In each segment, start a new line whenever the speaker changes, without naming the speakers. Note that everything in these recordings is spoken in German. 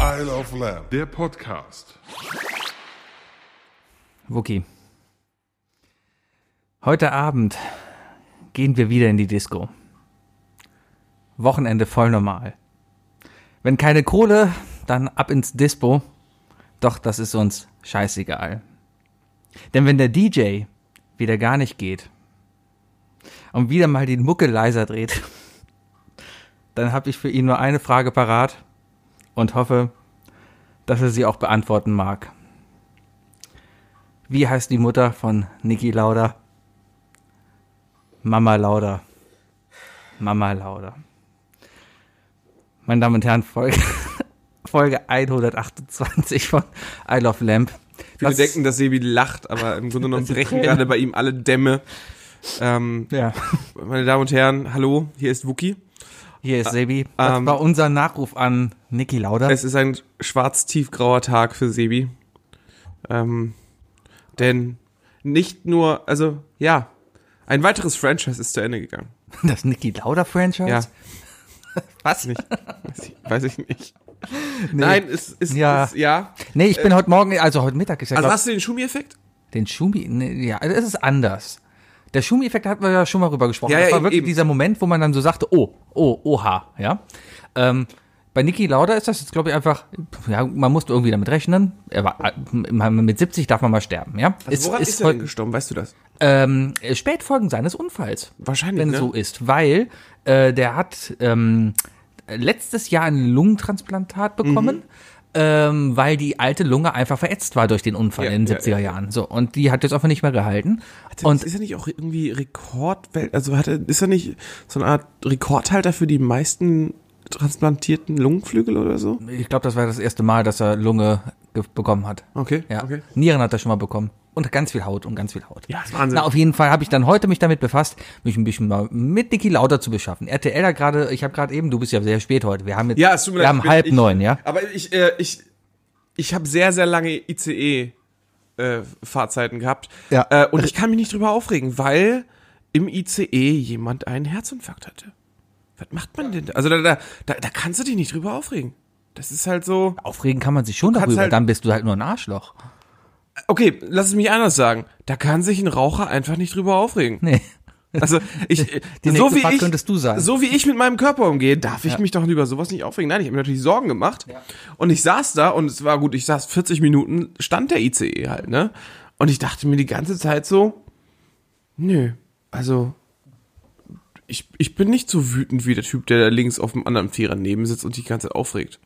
Life Lab.
Der Podcast.
Wookie. Heute Abend gehen wir wieder in die Disco. Wochenende voll normal. Wenn keine Kohle, dann ab ins Dispo. Doch das ist uns scheißegal. Denn wenn der DJ wieder gar nicht geht und wieder mal die Mucke leiser dreht, dann habe ich für ihn nur eine Frage parat und hoffe, dass er sie auch beantworten mag. Wie heißt die Mutter von Niki Lauda? Mama Lauda. Mama Lauda. Meine Damen und Herren, Folge, Folge 128 von I Love Lamp.
Viele
Das-
denken, dass Sebi lacht, aber im Grunde genommen
Das ist
brechen
Tränen.
gerade bei ihm alle Dämme. Ähm,
ja.
meine Damen und Herren, hallo, hier ist Wookie.
Hier ist Sebi. Das
ähm,
war unser Nachruf an Niki Lauda.
Es ist ein schwarz-tiefgrauer Tag für Sebi. Ähm, denn nicht nur, also ja, ein weiteres Franchise ist zu Ende gegangen.
Das Niki Lauda-Franchise?
Ja,
Was?
nicht. Weiß ich- Weiß ich nicht. Nein, es ist,
Ja.
ja. Ist, ja.
Nee, ich bin heute Morgen, also heute Mittag ist ja
Äh, Also
glaub-
hast du den Schumi-Effekt?
Den Schumi, nee, ja, also es ist anders. Der Schumi-Effekt hatten wir ja schon mal rüber gesprochen.
Ja,
das
ja,
war
eben,
wirklich
eben.
dieser Moment, wo man dann so sagte, oh, oh, oha, ja. Ähm, bei Niki Lauda ist das jetzt, glaube ich, einfach, ja, man musste irgendwie damit rechnen. Er war, äh, mit 70 darf man mal sterben, ja.
Also woran ist, er
voll-
denn gestorben, weißt du das?
ähm, Spätfolgen seines Unfalls.
Wahrscheinlich,
Wenn
ne?
es so ist. Weil äh, der hat ähm, letztes Jahr ein Lungentransplantat bekommen. Ähm, weil die alte Lunge einfach verätzt war durch den Unfall
Ja,
in den
ja,
70er Jahren. So, und die hat jetzt einfach nicht mehr gehalten.
Und
Und
ist er nicht auch irgendwie Rekordwelt, also hat er, ist er nicht so eine Art Rekordhalter für die meisten transplantierten Lungenflügel oder so?
ich glaube, das war das erste Mal, dass er Lunge ge- bekommen hat.
Okay,
Ja.
okay.
Nieren hat er schon mal bekommen. Und ganz viel Haut und ganz viel Haut.
Ja, ist Wahnsinn.
Na, auf jeden Fall habe ich dann heute mich damit befasst, mich ein bisschen mal mit Niki Lauda zu beschaffen. RTL hat gerade, ich habe gerade eben, du bist ja sehr spät heute. Wir haben jetzt,
Ja, es tut mir
wir
leid,
haben
ich bin-
halb
ich-
neun, ja.
Aber ich, äh, ich, ich habe sehr, sehr lange ICE-Fahrzeiten äh, gehabt.
Ja.
Äh, und ich kann mich nicht drüber aufregen, weil im ICE jemand einen Herzinfarkt hatte. Was macht man denn da? Also da, da, da, da kannst du dich nicht drüber aufregen. Das ist halt so.
Aufregen kann man sich schon
kannst
darüber,
halt-
dann bist du halt nur ein Arschloch.
Okay, lass es mich anders sagen. Da kann sich ein Raucher einfach nicht drüber aufregen.
Nee.
Also ich,
Die
so
nächste
wie
Fahrt
ich,
könntest du sein.
So wie ich mit meinem Körper umgehe, darf ich mich doch über sowas nicht aufregen. Nein, ich habe mir natürlich Sorgen gemacht. Und ich saß da und es war gut, ich saß 40 Minuten, stand der ICE halt, ne? Und ich dachte mir die ganze Zeit so, nö, also ich, ich bin nicht so wütend wie der Typ, der da links auf dem anderen Vierer neben sitzt und sich die ganze Zeit aufregt.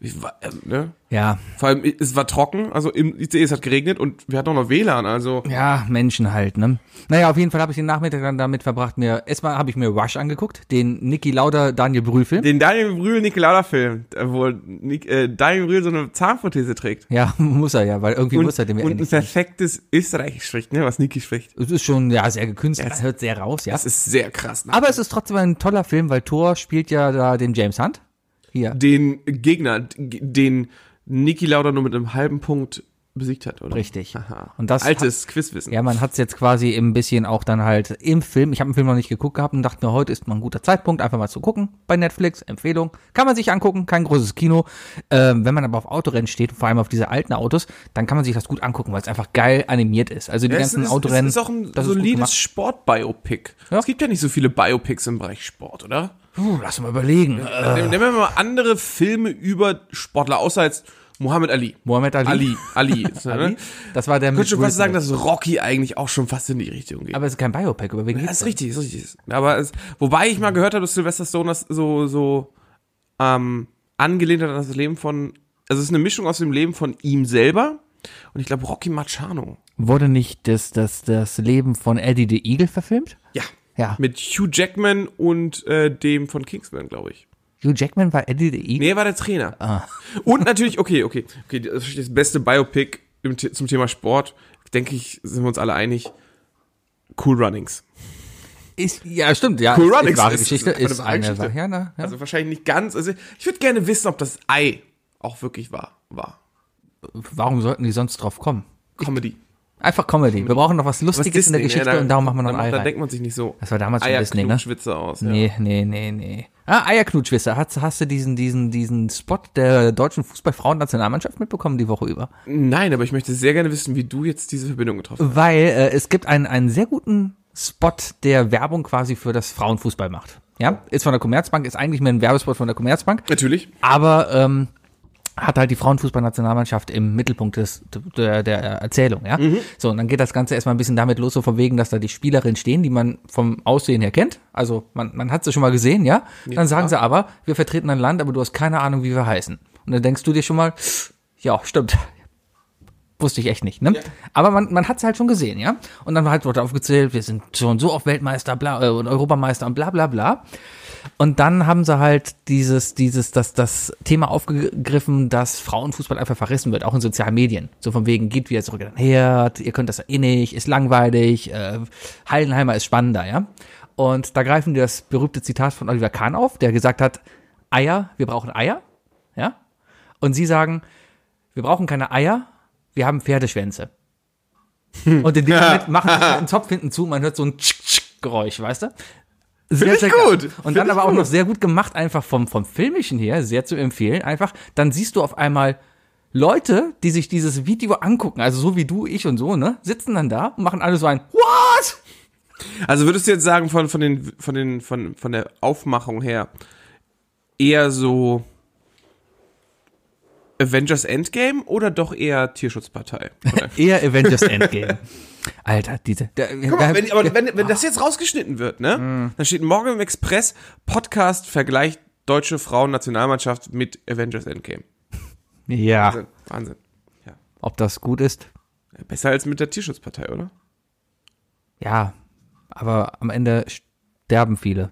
Ich war, also, ne?
Ja,
Vor allem, es war trocken, also im ICE, es hat geregnet und wir hatten auch noch WLAN, also.
ja, Menschen halt, ne? Naja, auf jeden Fall habe ich den Nachmittag dann damit verbracht, mir, erstmal habe ich mir Rush angeguckt, den Niki Lauda Daniel Brühl-Film.
Den Daniel Brühl Nicolada Film, wo Nik, äh, Daniel Brühl so eine Zahnprothese trägt.
Ja, muss er ja, weil irgendwie
Und,
muss er dem ja
und ein
nicht.
perfektes Österreichisch spricht, ne, was Niki spricht.
Es ist schon, ja, sehr gekünstelt, es hört sehr raus, ja.
Das ist sehr krass. Ne?
Aber es ist trotzdem ein toller Film, weil Thor spielt ja da den James Hunt. Hier.
den Gegner, d- den Niki Lauda nur mit einem halben Punkt besiegt hat, oder?
Richtig.
Aha.
Und das
Altes Quizwissen.
Ja, man hat es jetzt quasi ein bisschen auch dann halt im Film. Ich habe den Film noch nicht geguckt gehabt und dachte mir, heute ist mal ein guter Zeitpunkt, einfach mal zu gucken bei Netflix. Empfehlung. Kann man sich angucken, kein großes Kino. Ähm, wenn man aber auf Autorennen steht, vor allem auf diese alten Autos, dann kann man sich das gut angucken, weil es einfach geil animiert ist. Also die
Ja, es
ganzen
ist,
Autorennen.
Es ist auch
das
ein
ist gut
solides
gemacht.
Sportbiopic.
Ja.
Es gibt ja nicht so viele Biopics im Bereich Sport, oder?
Puh, Uh, lass mal überlegen. Äh,
Nehmen nehmen wir mal andere Filme über Sportler, außer jetzt Muhammad Ali.
Mohammed Ali.
Ali, Ali. ist er,
Ali?
Ne?
Das war der
Ich könnte schon
Will
fast sagen,
Smith.
dass Rocky eigentlich auch schon fast in die Richtung geht.
Aber es ist kein Biopack, über wen
das
geht's
ist
denn?
richtig, ist richtig. Aber es, wobei ich mal gehört habe, dass Sylvester Stone das so, so ähm, angelehnt hat an das Leben von, also es ist eine Mischung aus dem Leben von ihm selber und ich glaube Rocky Marciano.
Wurde nicht das, das, das Leben von Eddie the Eagle verfilmt?
Ja.
Ja.
Mit Hugh Jackman und äh, dem von Kingsman, glaube ich.
Hugh Jackman war Eddie the Eagle?
Nee, er war der Trainer.
Ah.
Und natürlich, okay, okay, okay, das ist das beste Biopic im, The- zum Thema Sport, denke ich, sind wir uns alle einig. Cool Runnings.
Ist, ja, stimmt, ja.
Cool
ist,
Runnings
ist wahre
ist-
Geschichte
ist eine
ist
wahre
eine,
Geschichte.
Wa- ja, na, ja.
Also wahrscheinlich nicht ganz. Also ich würde gerne wissen, ob das Ei auch wirklich war. War.
Warum sollten die sonst drauf kommen?
Comedy.
Einfach Comedy. Wir brauchen noch was Lustiges in der
Disney, ne?
Geschichte
Da-
und darum machen wir noch
dann,
einen Ei
Dann
rein.
denkt man sich nicht so
Das war damals schon Disney, ne?
Eierklugschwitze aus. Ja.
Nee, nee, nee, nee. Ah, Eierklutschwisser. Hast, hast du diesen, diesen, diesen Spot der deutschen Fußballfrauennationalmannschaft mitbekommen die Woche über?
Nein, aber ich möchte sehr gerne wissen, wie du jetzt diese Verbindung getroffen hast.
Weil äh, es gibt einen, einen sehr guten Spot, der Werbung quasi für das Frauenfußball macht. Ja, ist von der Commerzbank, ist eigentlich mehr ein Werbespot von der Commerzbank,
Natürlich.
aber ähm, hat halt die Frauenfußballnationalmannschaft im Mittelpunkt des, der, der Erzählung, ja. So, und dann geht das Ganze erstmal ein bisschen damit los, so von wegen, dass da die Spielerinnen stehen, die man vom Aussehen her kennt. Also man, man hat sie schon mal gesehen, ja. Dann sagen sie aber, wir vertreten ein Land, aber du hast keine Ahnung, wie wir heißen. Und dann denkst du dir schon mal, ja, stimmt. Wusste ich echt nicht, ne? Aber man, man hat es halt schon gesehen, ja? Und dann halt wurde aufgezählt, wir sind schon so oft Weltmeister bla, äh, und Europameister und bla bla bla. Und dann haben sie halt dieses, dieses, das, das Thema aufgegriffen, dass Frauenfußball einfach verrissen wird, auch in sozialen Medien. So von wegen, geht wieder zurück in den Herd, ihr könnt das ja eh nicht, ist langweilig, äh, Heidenheimer ist spannender, ja? Und da greifen die das berühmte Zitat von Oliver Kahn auf, der gesagt hat, Eier, wir brauchen Eier, ja? Und sie sagen, wir brauchen keine Eier, wir haben Pferdeschwänze.
Hm.
Und in dem Moment machen sie den Zopf hinten zu, man hört so ein Tschick, Tschick Geräusch, weißt du? Sehr,
ich
geil.
gut.
Und
Find
dann
ich
aber auch
gut.
noch sehr gut gemacht, einfach vom, vom Filmischen her, sehr zu empfehlen. Einfach, dann siehst du auf einmal Leute, die sich dieses Video angucken, also so wie du, ich und so, ne, sitzen dann da und machen alle so ein What?
Also würdest du jetzt sagen, von, von, den, von, den, von, von der Aufmachung her eher so Avengers Endgame oder doch eher Tierschutzpartei?
Eher Avengers Endgame. Alter, diese. Der,
Guck mal, wenn, aber wenn, wenn das jetzt rausgeschnitten wird, ne? Dann steht morgen im Express Podcast vergleicht deutsche Frauen-Nationalmannschaft mit Avengers Endgame.
ja,
Wahnsinn. Wahnsinn.
ob das gut ist.
Besser als mit der Tierschutzpartei, oder?
Ja, aber am Ende sterben viele.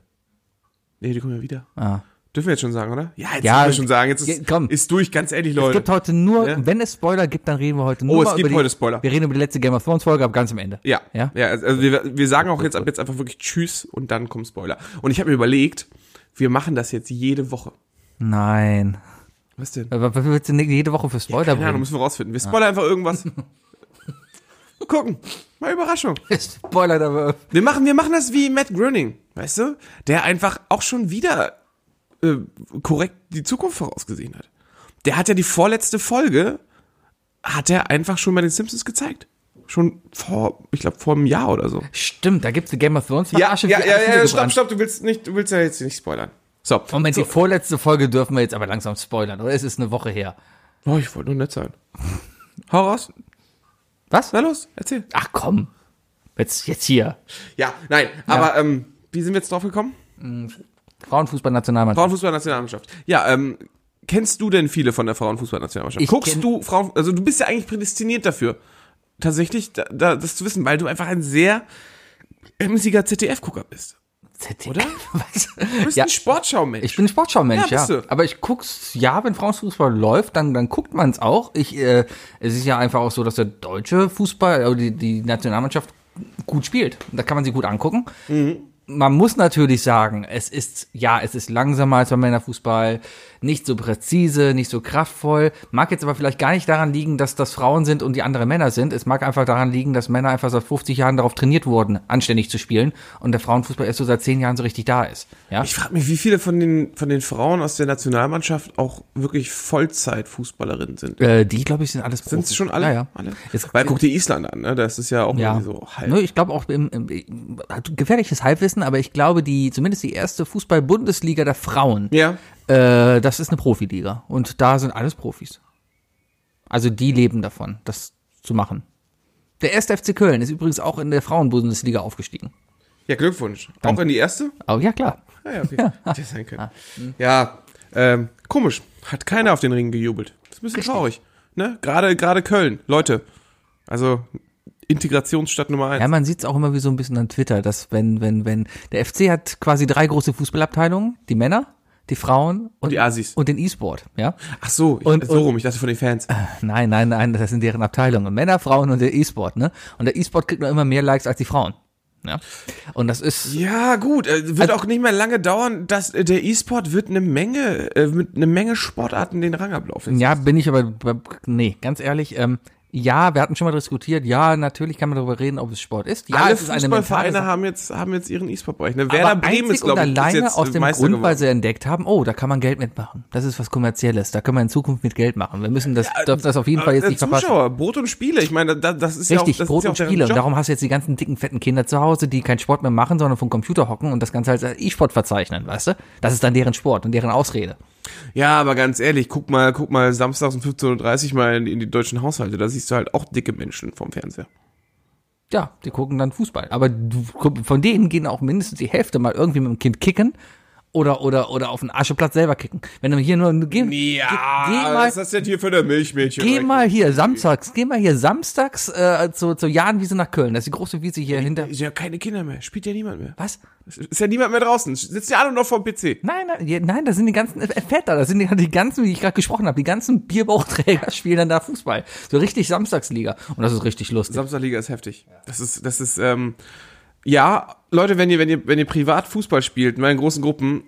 Nee, die kommen ja wieder.
Ah.
Dürfen wir jetzt schon sagen, oder? Ja, jetzt
Ja,
dürfen wir schon sagen. Jetzt
ja,
ist,
komm.
ist durch, ganz ehrlich,
Es
Leute.
gibt heute nur,
Ja.
wenn es Spoiler gibt, dann reden wir heute nur
Oh,
mal
es gibt
über die,
heute Spoiler.
Wir reden über die letzte Game of Thrones Folge, aber ganz am Ende.
Ja,
Ja?
ja. ja also wir, wir sagen auch jetzt ab jetzt einfach wirklich Tschüss und dann kommen Spoiler. Und ich habe mir überlegt, wir machen das jetzt jede Woche.
Nein.
Was denn?
Aber was willst du denn jede Woche für Spoiler
Keine Ahnung,
bringen?
müssen wir rausfinden. Wir spoilern einfach irgendwas. Mal Gucken. Mal Überraschung.
Spoiler da.
Wir machen, wir machen das wie Matt Groening, weißt du? Der einfach auch schon wieder äh, korrekt die Zukunft vorausgesehen hat. Der hat ja die vorletzte Folge, hat er einfach schon bei den Simpsons gezeigt. Schon vor, ich glaube, vor einem Jahr oder so.
Stimmt, da gibt's die Game of Thrones Verarsche, wie alle
stopp,
niedergebrannt.
stopp, du willst nicht, du willst ja jetzt nicht spoilern. So.
Moment,
so.
die vorletzte Folge dürfen wir jetzt aber langsam spoilern, oder? Es ist eine Woche her.
Oh, ich wollte nur nett sein. Hau raus.
Was?
Na los, erzähl.
Ach komm. Jetzt, jetzt hier.
Ja, nein, aber ähm, wie sind wir jetzt drauf gekommen?
Frauenfußballnationalmannschaft.
Frauenfußballnationalmannschaft. Ja, ähm, kennst du denn viele von der Frauenfußballnationalmannschaft?
Ich
Guckst
kenn-
du Frauen, also du bist ja eigentlich prädestiniert dafür, tatsächlich da, da, das zu wissen, weil du einfach ein sehr emsiger ZDF-Gucker bist.
ZDF,
Oder? Du
Was?
bist
Ja,
ein Sportschau-Mensch.
ich bin Sportschau-Mensch,
Ja,
ja.
bist du.
Aber ich guck's, ja, wenn Frauenfußball läuft, dann, dann guckt man's auch. Ich, äh, es ist ja einfach auch so, dass der deutsche Fußball, äh, die, die Nationalmannschaft gut spielt. Da kann man sie gut angucken.
Mhm.
Man muss natürlich sagen, es ist, ja, es ist langsamer als beim Männerfußball, nicht so präzise, nicht so kraftvoll. Mag jetzt aber vielleicht gar nicht daran liegen, dass das Frauen sind und die anderen Männer sind. Es mag einfach daran liegen, dass Männer einfach seit 50 Jahren darauf trainiert wurden, anständig zu spielen und der Frauenfußball erst so seit 10 Jahren so richtig da ist. Ja?
Ich frage mich, wie viele von den, von den Frauen aus der Nationalmannschaft auch wirklich Vollzeit-Fußballerinnen sind.
Äh, die, glaube ich, sind alles
Sind
Profis.
es schon alle?
Oh. Ja, ja.
alle?
Jetzt-
Weil guck dir Island an, ne? Das ist ja auch
ja.
irgendwie so halb.
Nö, ich glaube auch, im, im, hat gefährliches Halbwissen, aber ich glaube, die zumindest die erste Fußball-Bundesliga der Frauen,
Ja.
äh, das ist eine Profiliga. Und da sind alles Profis. Also die leben davon, das zu machen. Der erste FC Köln ist übrigens auch in der Frauen-Bundesliga aufgestiegen.
Ja, Glückwunsch. Auch in die erste?
Oh, ja, Ah, hm. klar.
Ah, ja, okay. Hätte ja sein können. Ja, ähm, komisch. Hat keiner auf den Ring gejubelt. Das ist ein bisschen traurig. Ne? Gerade, gerade Köln. Leute. Also, Integrationsstadt Nummer eins.
Ja, man sieht es auch immer wie so ein bisschen an Twitter, dass wenn, wenn, wenn, der FC hat quasi drei große Fußballabteilungen, die Männer, die Frauen und,
die Assis.
und den E-Sport, ja.
Ach so, ich,
Und-
so rum. Ich dachte von den Fans.
Nein, nein, nein, das sind deren Abteilungen. Männer, Frauen und der E-Sport, ne? Und der E-Sport kriegt noch immer mehr Likes als die Frauen. Ja. Und das ist.
Ja, gut. Äh, wird
Also-
auch nicht mehr lange dauern, dass äh, der E-Sport wird eine Menge, äh, mit eine Menge Sportarten den Rang ablaufen.
Ja, bin ich aber. Nee, ganz ehrlich, ähm, ja, wir hatten schon mal diskutiert, ja, natürlich kann man darüber reden, ob es Sport ist. Ja,
Alle
es ist eine mentale
Fußballvereine
Sache.
haben jetzt, haben jetzt ihren E-Sport-Bereich. Ne?
Aber
Werder Bremen
einzig
ist, glaube
und
ich, ist
alleine
jetzt äh,
aus dem
Meister
Grund,
geworden.
weil sie entdeckt haben, oh, da kann man Geld mitmachen. Das ist was Kommerzielles. Da können wir in Zukunft mit Geld machen. Wir müssen das, dürfen das auf jeden Fall jetzt
Äh,
nicht verpassen.
Zuschauer, Brot und Spiele. Ich meine, da, das
Richtig,
ist ja auch, das ist
Brot
ja auch
und
deren
Spiele. Und
Job.
darum hast du jetzt die ganzen dicken, fetten Kinder zu Hause, die keinen Sport mehr machen, sondern vom Computer hocken und das Ganze als äh, E-Sport verzeichnen, weißt du? Das ist dann deren Sport und deren Ausrede.
Ja, aber ganz ehrlich, guck mal, guck mal samstags um 15.30 Uhr mal in, in die deutschen Haushalte. Da siehst du halt auch dicke Menschen vom Fernseher.
Ja, die gucken dann Fußball. Aber du- von denen gehen auch mindestens die Hälfte mal irgendwie mit dem Kind kicken oder, oder, oder auf den Ascheplatz selber kicken. Wenn du hier nur, geh, geh, geh mal,
ist denn hier für eine Milchmädchen?
Geh mal hier samstags, geh mal hier samstags äh, zu, zur Jahnwiese nach Köln. Das ist die große Wiese hier hinter.
Ist ja keine Kinder mehr, spielt ja niemand mehr.
Was?
Ist ja niemand mehr draußen, sitzt ja alle noch vorm PC.
Nein, nein, hier- nein, da sind die ganzen äh, Vetter, da sind die, die ganzen, wie ich gerade gesprochen habe, die ganzen Bierbauchträger spielen dann da Fußball. So richtig Samstagsliga. Und das ist richtig lustig.
Samstagliga ist heftig. Das ist, das ist, ähm, ja, Leute, wenn ihr, wenn ihr, wenn ihr privat Fußball spielt, mal in großen Gruppen,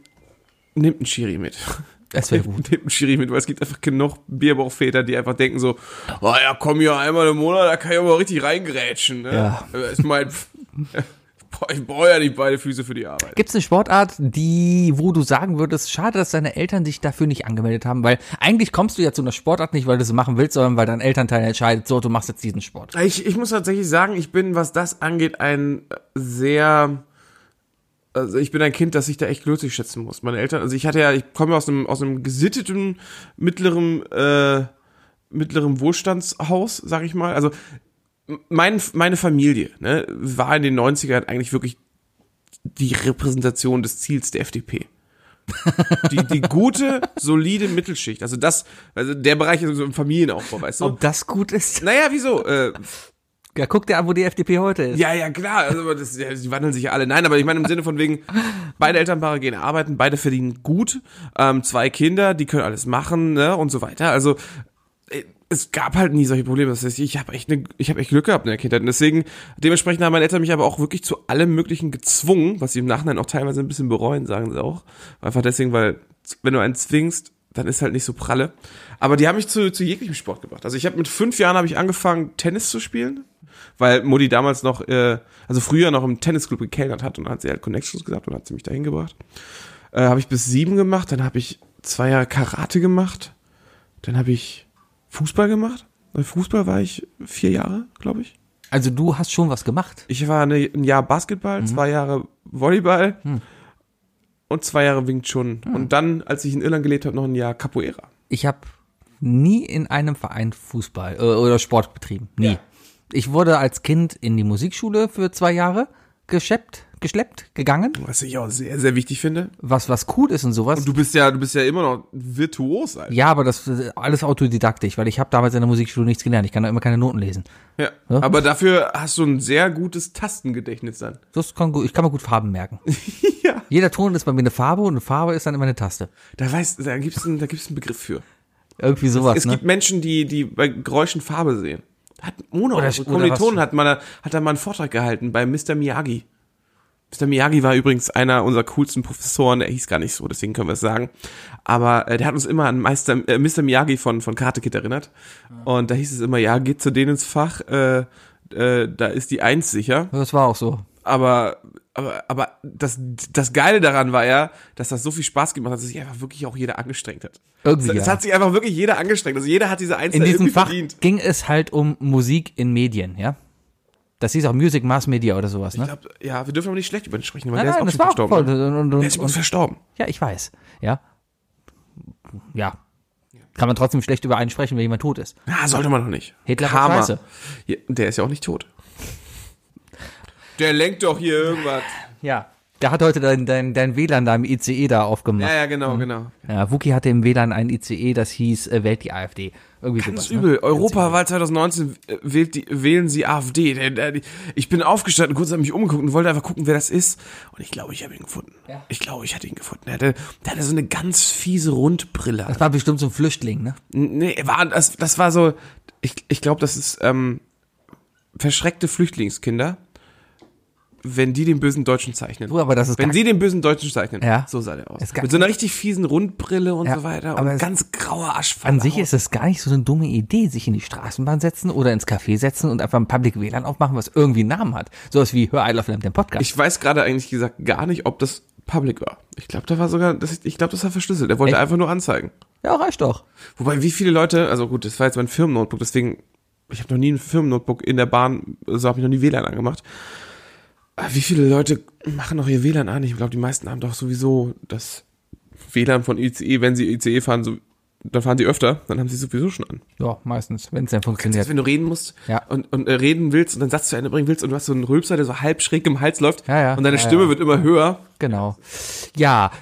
nehmt einen Schiri mit.
Das wäre gut.
Nehmt einen Schiri mit, weil es gibt einfach genug Bierbauchväter, die einfach denken so, oh ja, komm hier einmal im Monat, da kann ich aber richtig reingrätschen. Ne?
Ja.
Äh, Ich mein, pff, boah, ich brauche ja nicht beide Füße für die Arbeit.
Gibt es eine Sportart, die, wo du sagen würdest, schade, dass deine Eltern dich dafür nicht angemeldet haben, weil eigentlich kommst du ja zu einer Sportart nicht, weil du sie machen willst, sondern weil dein Elternteil entscheidet, so, du machst jetzt diesen Sport.
Ich, ich muss tatsächlich sagen, ich bin, was das angeht, ein äh, sehr. Also ich bin ein Kind, das sich da echt glücklich schätzen muss. Meine Eltern, also ich hatte ja, ich komme aus einem aus einem gesitteten mittleren äh, mittleren Wohlstandshaus, sag ich mal. Also m- mein, meine Familie ne, war in den 90ern eigentlich wirklich die Repräsentation des Ziels der FDP. die, die gute, solide Mittelschicht. Also das, also der Bereich ist so im Familienaufbau, weißt du?
Ob das gut ist?
Naja, wieso? Äh,
Ja, guck dir an, wo die FDP heute ist.
ja, ja, klar. Also, aber das, ja, die wandeln sich ja alle. Nein, aber ich meine im Sinne von wegen, beide Elternpaare gehen arbeiten, beide verdienen gut, ähm, zwei Kinder, die können alles machen ne, und so weiter. Also äh, es gab halt nie solche Probleme. Das heißt, ich habe echt, ne, ich hab echt Glück gehabt in der Kindheit. Und deswegen, dementsprechend haben meine Eltern mich aber auch wirklich zu allem Möglichen gezwungen, was sie im Nachhinein auch teilweise ein bisschen bereuen, sagen sie auch. Einfach deswegen, weil wenn du einen zwingst, dann ist halt nicht so pralle. Aber die haben mich zu, zu jeglichem Sport gebracht. Also ich habe mit fünf Jahren habe ich angefangen, Tennis zu spielen weil Mutti damals noch, äh, also früher noch im Tennisclub gekellnert hat und dann hat sie halt Connections gesagt und hat sie mich dahin gebracht. Äh, habe ich bis sieben gemacht, dann habe ich zwei Jahre Karate gemacht, dann habe ich Fußball gemacht. Bei Fußball war ich vier Jahre, glaube ich.
Also du hast schon was gemacht.
Ich war eine, ein Jahr Basketball, zwei Jahre Volleyball und zwei Jahre Wing Chun. Und dann, als ich in Irland gelebt habe, noch ein Jahr Capoeira.
ich habe nie in einem Verein Fußball äh, oder Sport betrieben. Nie. Ich wurde als Kind in die Musikschule für zwei Jahre geschleppt, geschleppt, gegangen.
Was ich auch sehr, sehr wichtig finde.
Was, was cool ist und sowas.
Du bist ja, du bist ja immer noch virtuos, Alter.
ja, aber das ist alles autodidaktisch, weil ich habe damals in der Musikschule nichts gelernt. Ich kann da immer keine Noten lesen.
Ja. Aber dafür hast du ein sehr gutes Tastengedächtnis dann.
Das kann gut, ich kann mir gut Farben merken.
Ja.
Jeder Ton ist bei mir eine Farbe und eine Farbe ist dann immer eine Taste.
Da weißt da gibt's einen, da gibt's einen Begriff für.
Irgendwie sowas,
Es
ne?
gibt Menschen, die, die bei Geräuschen Farbe sehen. Hat Mono,
Oder-
unsere
oder
Kommilitonen
was-
hat mal, hat da mal einen Vortrag gehalten bei Mr. Miyagi. Mr. Miyagi war übrigens einer unserer coolsten Professoren, er hieß gar nicht so, deswegen können wir es sagen. Aber äh, der hat uns immer an Meister, äh, Mr. Miyagi von, von Karate Kid erinnert. Und da hieß es immer, ja, geht zu denen ins Fach, äh, äh, da ist die Eins sicher.
Das war auch so.
aber aber, aber das, das Geile daran war ja, dass das so viel Spaß gemacht hat, dass sich einfach wirklich auch jeder angestrengt hat.
Irgendwie,
es, es
ja.
hat sich einfach wirklich jeder angestrengt. Also jeder hat diese
In
einzelne
diesem
irgendwie
Fach
verdient.
ging es halt um Musik in Medien, ja? Das hieß auch Music Mass Media oder sowas, ne?
Ich glaub, ja, wir dürfen aber nicht schlecht über ihn sprechen, weil
Nein,
der
nein,
ist auch
das
schon
war auch
verstorben.
voll.
ne?
Und, und,
Der ist
und,
uns verstorben.
ja, ich weiß. Ja. Ja. Kann man trotzdem schlecht über einen sprechen, wenn jemand tot ist.
Na, sollte man doch nicht.
Hitler war
Karma.
scheiße.
Ja, der ist ja auch nicht tot. Der lenkt doch hier irgendwas.
Ja. Der hat heute dein, dein, dein WLAN da im ICE da
Ja,
aufgemacht.
ja, genau, genau.
Ja, Wuki hatte im WLAN ein ICE, das hieß äh, Welt die AfD. Irgendwie
Ganz
sowas. Ne?
übel. Europawahl 2019 wählt die, wählen sie AfD. Der- der- die- Ich bin aufgestanden, kurz habe mich umgeguckt und wollte einfach gucken, wer das ist. Und ich glaube, ich habe ihn gefunden.
Ja.
Ich glaube, ich hatte ihn gefunden. Der hatte, der hatte so eine ganz fiese Rundbrille.
Das war bestimmt so ein Flüchtling, ne?
Nee, er war, das, das war so. Ich, ich glaube, das ist ähm, verschreckte Flüchtlingskinder, wenn die den bösen Deutschen zeichnen.
Du, aber das ist
Wenn
gar-
sie den bösen Deutschen zeichnen.
Ja.
So sah der aus.
Ist gar-
Mit so einer richtig fiesen Rundbrille und
Ja,
so weiter.
aber
und
es-
ganz grauer Aschfalle.
An sich ist es gar nicht so eine dumme Idee, sich in die Straßenbahn setzen oder ins Café setzen und einfach ein Public WLAN aufmachen, was irgendwie einen Namen hat. Sowas wie Hör I Love Lamp, den Podcast.
Ich weiß gerade eigentlich gesagt gar nicht, ob das public war. Ich glaube, da war sogar, das, ich glaube, das war verschlüsselt. Er wollte
Echt?
einfach nur anzeigen.
ja, reicht doch.
Wobei, wie viele Leute, also gut, das war jetzt mein Firmennotebook, deswegen, ich habe noch nie ein Firmennotebook in der Bahn, so habe ich noch nie WLAN angemacht. Aber wie viele Leute machen noch ihr WLAN an? Ich glaube, die meisten haben doch sowieso das WLAN von ICE, wenn sie ICE fahren, so, dann fahren sie öfter, dann haben sie sowieso schon an.
Ja, meistens, wenn es dann
Das heißt,
funktioniert.
wenn du reden musst
Ja.
und, und äh, reden willst und dann Satz zu Ende bringen willst und du hast so einen Rülpser, der so halb schräg im Hals läuft
Ja, ja.
und deine
Ja,
Stimme
ja.
wird immer höher.
Genau. Ja,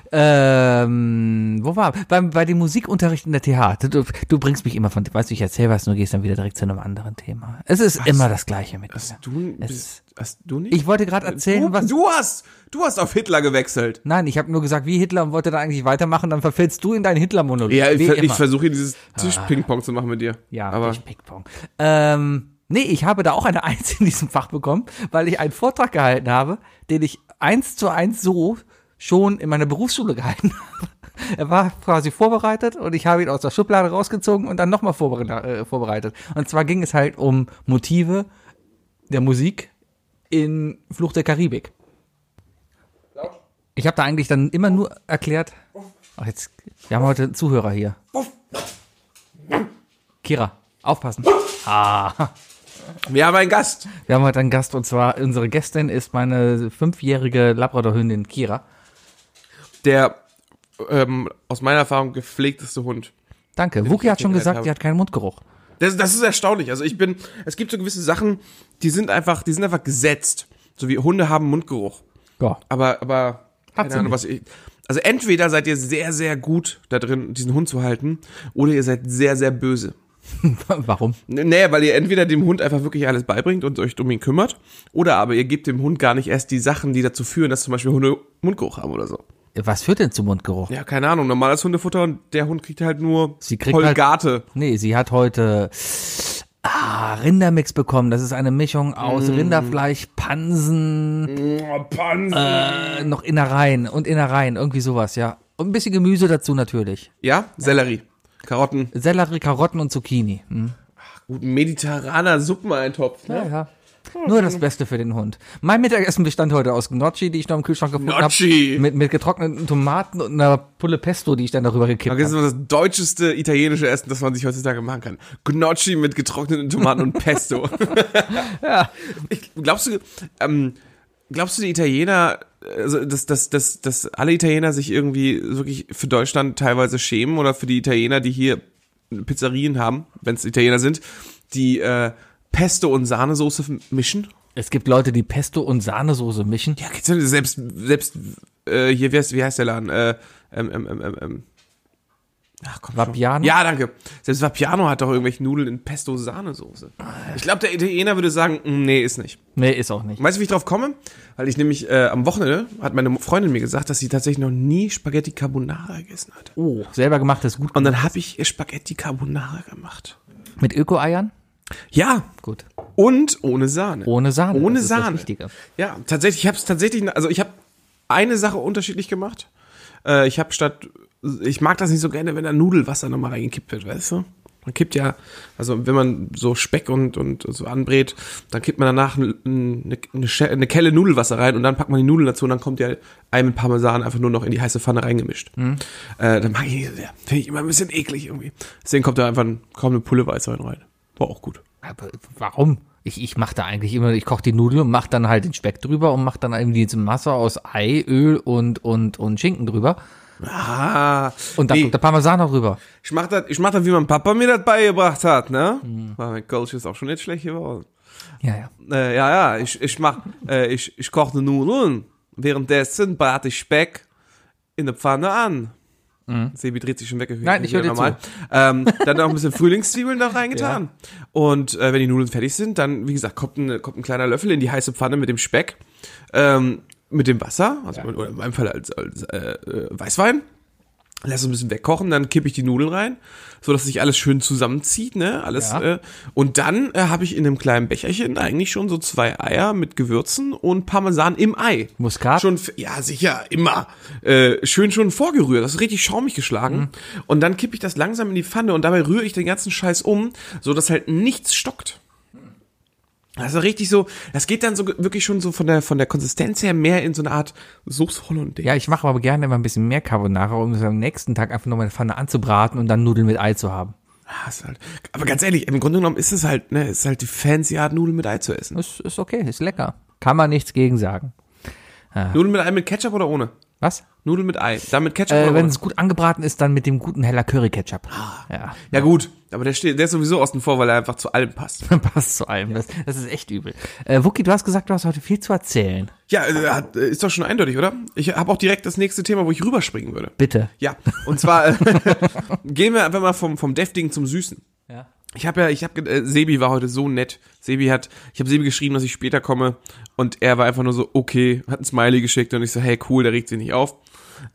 ähm, wo war? Bei, bei dem Musikunterricht in der TH. Du, du bringst mich immer von, weißt du, ich erzähl was, und du gehst dann wieder direkt zu einem anderen Thema. Es ist immer das Gleiche mit
Hast
mir.
du,
Es-
bist, hast du nicht?
Ich wollte gerade erzählen,
du,
was.
du hast, du hast auf Hitler gewechselt.
Nein, ich habe nur gesagt, wie Hitler und wollte dann eigentlich weitermachen, dann verfällst du in deinen Hitler-Monolog.
Ja, ich,
Wie
ver- ich
immer. Ah.
versuche dieses Tisch-Ping-Pong zu machen mit dir.
Ja,
aber
durch Ping-Pong. Ähm, nee, ich habe da auch eine Eins in diesem Fach bekommen, weil ich einen Vortrag gehalten habe, den ich eins zu eins so schon in meiner Berufsschule gehalten habe. Er war quasi vorbereitet und ich habe ihn aus der Schublade rausgezogen und dann nochmal vorbere äh, vorbereitet. Und zwar ging es halt um Motive der Musik in Flucht der Karibik. Ich habe da eigentlich dann immer nur erklärt. Ach, jetzt, wir haben heute einen Zuhörer hier. Kira, aufpassen.
wir haben einen Gast.
Wir haben heute einen Gast und zwar unsere Gästin ist meine fünfjährige Labradorhündin Kira.
Der ähm, aus meiner Erfahrung gepflegteste Hund.
Danke. Wuki hat schon
ich
gesagt,
habe.
die hat keinen Mundgeruch.
Das, das ist erstaunlich. Also ich bin, es gibt so gewisse Sachen, die sind einfach, die sind einfach gesetzt. So wie Hunde haben Mundgeruch.
Ja.
Aber, aber,
Hat
keine
sie
Ahnung,
nicht.
was ich, also entweder seid ihr sehr, sehr gut da drin, diesen Hund zu halten, oder ihr seid sehr, sehr böse.
Warum?
N- Nee, weil ihr entweder dem Hund einfach wirklich alles beibringt und euch um ihn kümmert, oder aber ihr gebt dem Hund gar nicht erst die Sachen, die dazu führen, dass zum Beispiel Hunde Mundgeruch haben oder so.
Was führt denn zu Mundgeruch?
Ja, keine Ahnung, normales Hundefutter und der Hund kriegt halt nur
Sie kriegt
Holgate.
Nee, sie hat heute ah, Rindermix bekommen. Das ist eine Mischung aus Rinderfleisch, Pansen,
Oh, Mm. Pansen.
äh, noch Innereien und Innereien, irgendwie sowas, ja. Und ein bisschen Gemüse dazu natürlich.
Ja, Sellerie, Karotten,
Sellerie, Karotten und Zucchini. Hm.
guten mediterraner Suppeneintopf. Ne?
Ja, ja. Nur das Beste für den Hund. Mein Mittagessen bestand heute aus Gnocchi, die ich noch im Kühlschrank gefunden habe.
Gnocchi.
Mit, mit getrockneten Tomaten und einer Pulle Pesto, die ich dann darüber gekippt
Okay, Das
habe.
ist das deutscheste italienische Essen, das man sich heutzutage machen kann. Gnocchi mit getrockneten Tomaten und Pesto. Ich, glaubst du, ähm, glaubst du, die Italiener, also, dass, dass, dass, dass alle Italiener sich irgendwie wirklich für Deutschland teilweise schämen oder für die Italiener, die hier Pizzerien haben, wenn es Italiener sind, die äh, Pesto und Sahnesoße f- mischen?
Es gibt Leute, die Pesto und Sahnesoße mischen.
Ja, geht's denn selbst, selbst, äh, hier, wie heißt, wie heißt der Laden? Äh, ähm, ähm, ähm, ähm, ähm. Ach, komm schon.
Vapiano?
Ja, danke. Selbst Vapiano hat doch irgendwelche Nudeln in Pesto-Sahnesoße. Ich glaube, der Italiener würde sagen, "Mm, nee, ist nicht.
Nee, ist auch nicht.
Weißt du, wie ich drauf komme? Weil ich nämlich äh, am Wochenende, hat meine Freundin mir gesagt, dass sie tatsächlich noch nie Spaghetti Carbonara gegessen hat.
Oh, selber gemacht ist gut.
Und dann habe ich ihr Spaghetti Carbonara gemacht.
Mit Öko-Eiern?
Ja,
Gut.
und ohne Sahne.
Ohne Sahne.
Ohne
das ist das
Sahne.
Wichtige.
Ja, tatsächlich, ich habe es tatsächlich, also ich habe eine Sache unterschiedlich gemacht. Äh, ich habe statt, ich mag das nicht so gerne, wenn da Nudelwasser nochmal reingekippt wird, weißt du? Man kippt ja, also wenn man so Speck und, und so anbrät, dann kippt man danach n- n- eine, eine, Sche- eine Kelle Nudelwasser rein und dann packt man die Nudeln dazu und dann kommt ja ein mit Parmesan einfach nur noch in die heiße Pfanne reingemischt.
Mhm.
Äh, dann mag ich nicht so sehr. Finde ich immer ein bisschen eklig irgendwie. Deswegen kommt da einfach ein, kaum eine Pulle Weißwein rein. War auch gut.
Aber warum? Ich, ich mache da eigentlich immer, ich koche die Nudeln und mache dann halt den Speck drüber und mache dann eben diese Masse aus Ei, Öl und, und, und Schinken drüber.
Ah,
Und dann
nee.
kommt der Parmesan noch drüber.
Ich mach das, ich mach das, wie mein Papa mir das beigebracht hat, ne?
Mhm.
Weil mein Kölsch ist auch schon nicht schlecht geworden.
Ja, ja.
Äh, ja, ja, ich, ich mach, äh, ich, ich koche Nudeln. Währenddessen brate ich Speck in der Pfanne an. Sebi dreht sich schon weg.
Mhm. Nein, ich hör dir
Ähm, dann noch ein bisschen Frühlingszwiebeln da reingetan. Und äh, wenn die Nudeln fertig sind, dann, wie gesagt, kommt ein, kommt ein kleiner Löffel in die heiße Pfanne mit dem Speck, ähm, mit dem Wasser, also mit, oder in meinem Fall als, als äh, äh, Weißwein. Lass es ein bisschen wegkochen, dann kippe ich die Nudeln rein, so dass sich alles schön zusammenzieht, ne? Alles
Ja.
äh, und dann äh, habe ich in einem kleinen Becherchen eigentlich schon so zwei Eier mit Gewürzen und Parmesan im Ei.
Muskat?
Schon f- ja, sicher, immer. Äh, schön schon vorgerührt, das ist richtig schaumig geschlagen
Mhm.
und dann kippe ich das langsam in die Pfanne und dabei rühre ich den ganzen Scheiß um, so dass halt nichts stockt. Also richtig so, das geht dann so ge- wirklich schon so von der von der Konsistenz her mehr in so eine Art Soße Hollandaise.
Ja, ich mache aber gerne immer ein bisschen mehr Carbonara, um es am nächsten Tag einfach nochmal in der Pfanne anzubraten und dann Nudeln mit Ei zu haben.
Ah, ist halt. Aber ganz ehrlich, im Grunde genommen ist es halt, ne, ist halt die fancy Art, Nudeln mit Ei zu essen.
Ist, ist okay, ist lecker. Kann man nichts gegen sagen.
Nudeln mit Ei mit Ketchup oder ohne?
Was?
Nudeln mit Ei. Dann mit Ketchup
Äh,
oder
Wenn
ohne?
es gut angebraten ist, dann mit dem guten heller Curry-Ketchup.
Ah.
Ja.
Ja gut, aber der steht, der ist sowieso außen vor, weil er einfach zu allem passt.
Passt zu allem. Das, das ist echt übel. Äh, Wookie, du hast gesagt, du hast heute viel zu erzählen.
Ja, äh, hat- äh, ist doch schon eindeutig, oder? Ich habe auch direkt das nächste Thema, wo ich rüberspringen würde.
Bitte.
Ja, und zwar äh, gehen wir einfach mal vom, vom Deftigen zum Süßen.
Ja.
Ich habe ja, ich habe, äh, Sebi war heute so nett. Sebi hat, ich habe Sebi geschrieben, dass ich später komme und er war einfach nur so, okay, hat ein Smiley geschickt und ich so, hey, cool, der regt sich nicht auf.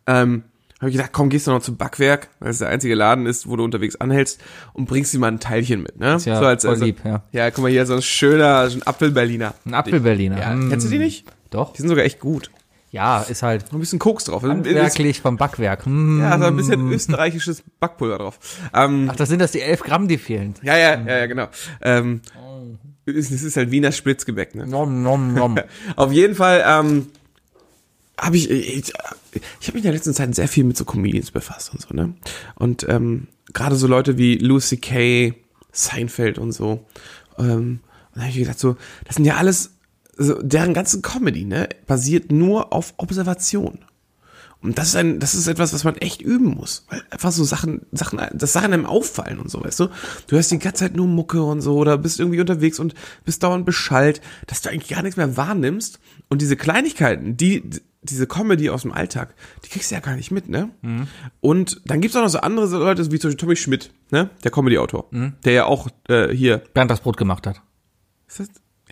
Ähm, habe ich gedacht, komm, gehst du noch zum Backwerk, weil es der einzige Laden ist, wo du unterwegs anhältst und bringst ihm mal ein Teilchen mit, ne?
ja voll lieb, ja.
ja, guck mal, hier so ein schöner, so ein Apfel-Berliner.
Ein Apfelberliner.
Ja,
Mm.
kennst du die nicht?
Doch.
Die sind sogar echt gut.
Ja, ist halt
Noch ein bisschen Koks drauf. Wirklich?
wirklich vom Backwerk. Mm.
Ja, so ein bisschen österreichisches Backpulver drauf. Ähm,
Ach, das sind das die 11 Gramm, die fehlen.
Ja, ja, ja, ja, genau. Ähm, es es ist halt Wiener Spritzgebäck, ne?
Nom, nom, nom.
Auf jeden Fall ähm, habe ich, äh, ich, ich habe mich in der letzten Zeit sehr viel mit so Comedians befasst und so, ne? Und ähm, gerade so Leute wie Lucy Kay, Seinfeld und so. Ähm, und da habe ich gedacht, so, das sind ja alles, so, deren ganze Comedy, ne, basiert nur auf Observation. Und das ist ein, das ist etwas, was man echt üben muss. Weil einfach so Sachen, Sachen, dass Sachen einem auffallen und so, weißt du? Du hörst die ganze Zeit nur Mucke und so oder bist irgendwie unterwegs und bist dauernd beschallt, dass du eigentlich gar nichts mehr wahrnimmst. Und diese Kleinigkeiten, die, diese Comedy aus dem Alltag, die kriegst du ja gar nicht mit, ne?
Mhm.
Und dann gibt's auch noch so andere so Leute, also wie zum Beispiel Tommy Schmidt, ne? Der Comedy-Autor.
Mhm.
Der ja auch äh, hier.
Bernd das Brot gemacht hat.
Ist das,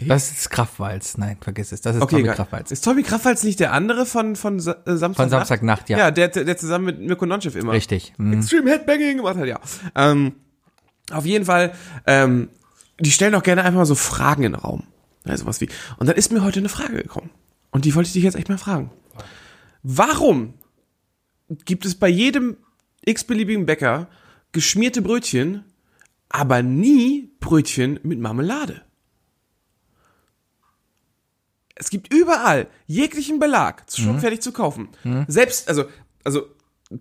Das ist Kraftwalz. Nein, vergiss es. Das ist
Okay,
Tommy
egal.
Kraftwalz.
Ist Tommy Kraftwalz nicht der andere von, von Sa- äh, Samstagnacht?
Von Samstagnacht, ja.
Ja, der, der der zusammen mit Mirko Nonchev immer.
Richtig. Mm.
Extreme Headbanging gemacht hat, ja. Ähm, auf jeden Fall, ähm, die stellen auch gerne einfach mal so Fragen in den Raum. Ja, sowas wie. Und dann ist mir heute eine Frage gekommen. Und die wollte ich dich jetzt echt mal fragen. Warum gibt es bei jedem x-beliebigen Bäcker geschmierte Brötchen, aber nie Brötchen mit Marmelade? Es gibt überall jeglichen Belag, schon fertig zu kaufen. Selbst, also, also,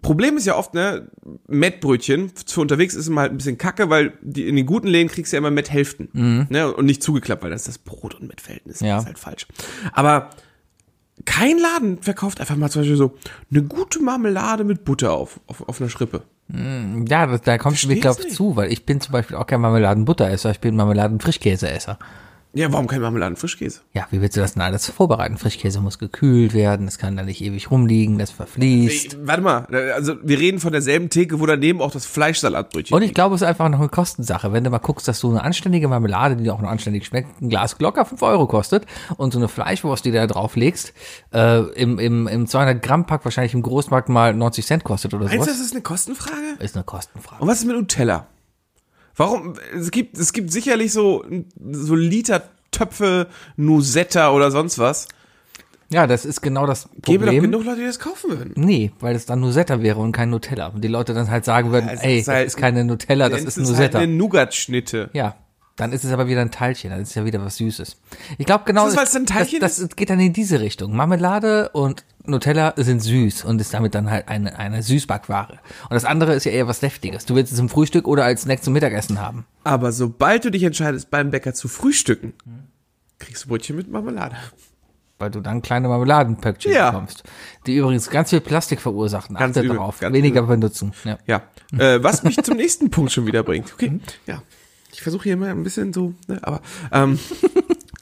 Problem ist ja oft, ne, Mettbrötchen für unterwegs ist immer halt ein bisschen kacke, weil die, in den guten Läden kriegst du ja immer Metthälften. Ne, und nicht zugeklappt, weil das ist das Brot- und Mettverhältnis.
Ja.
Das ist halt falsch. Aber kein Laden verkauft einfach mal zum Beispiel so eine gute Marmelade mit Butter auf, auf, auf einer Schrippe.
Ja, das, da kommst du mir,
Versteh's
glaube ich,
nicht.
zu, weil ich bin zum Beispiel auch kein Marmeladenbutteresser, ich bin Marmeladenfrischkäseesser.
Ja, warum kein Marmeladenfrischkäse?
Ja, wie willst du das denn alles vorbereiten? Frischkäse muss gekühlt werden, das kann da nicht ewig rumliegen, das verfließt.
Ich, warte mal, also wir reden von derselben Theke, wo daneben auch das Fleischsalatbrötchen
Und ich glaube, es ist einfach noch eine Kostensache. Wenn du mal guckst, dass so eine anständige Marmelade, die auch noch anständig schmeckt, ein Glas locker 5 Euro kostet und so eine Fleischwurst, die du da drauflegst, äh, im, im, im 200-Gramm-Pack wahrscheinlich im Großmarkt mal 90 Cent kostet oder
Meinst
sowas.
du, das ist eine Kostenfrage?
Ist eine Kostenfrage.
Und was ist mit Nutella? Warum? Es gibt, es gibt sicherlich so, so Litertöpfe, Nusetta oder sonst was.
Ja, das ist genau das
Gäbe doch
Problem.
genug Leute, die das kaufen würden.
Nee, weil es dann Nusetta wäre und kein Nutella. Und die Leute dann halt sagen würden,
Ja, es
ey,
ist halt-
das ist keine Nutella, das
Denn
ist
es
Nusetta.
Halt eine Nougat-Schnitte.
Ja, dann ist es aber wieder ein Teilchen, dann ist es ja wieder was Süßes. Ich glaube genau,
Ist das, weil es ein Teilchen
das, das geht dann in diese Richtung. Marmelade und Nutella sind süß und ist damit dann halt eine, eine Süßbackware. Und das andere ist ja eher was Deftiges. Du willst es zum Frühstück oder als Snack zum Mittagessen haben.
Aber sobald du dich entscheidest, beim Bäcker zu frühstücken, kriegst du Brötchen mit Marmelade.
Weil du dann kleine Marmeladenpöckchen
Ja.
bekommst. Die übrigens ganz viel Plastik verursachen.
Ganz
Achte
übel,
darauf.
ganz
Weniger benutzen. Ja.
Ja. Äh, was mich zum nächsten Punkt schon wieder bringt. Okay. Ja. Ich versuche hier immer ein bisschen so, ne, aber ähm,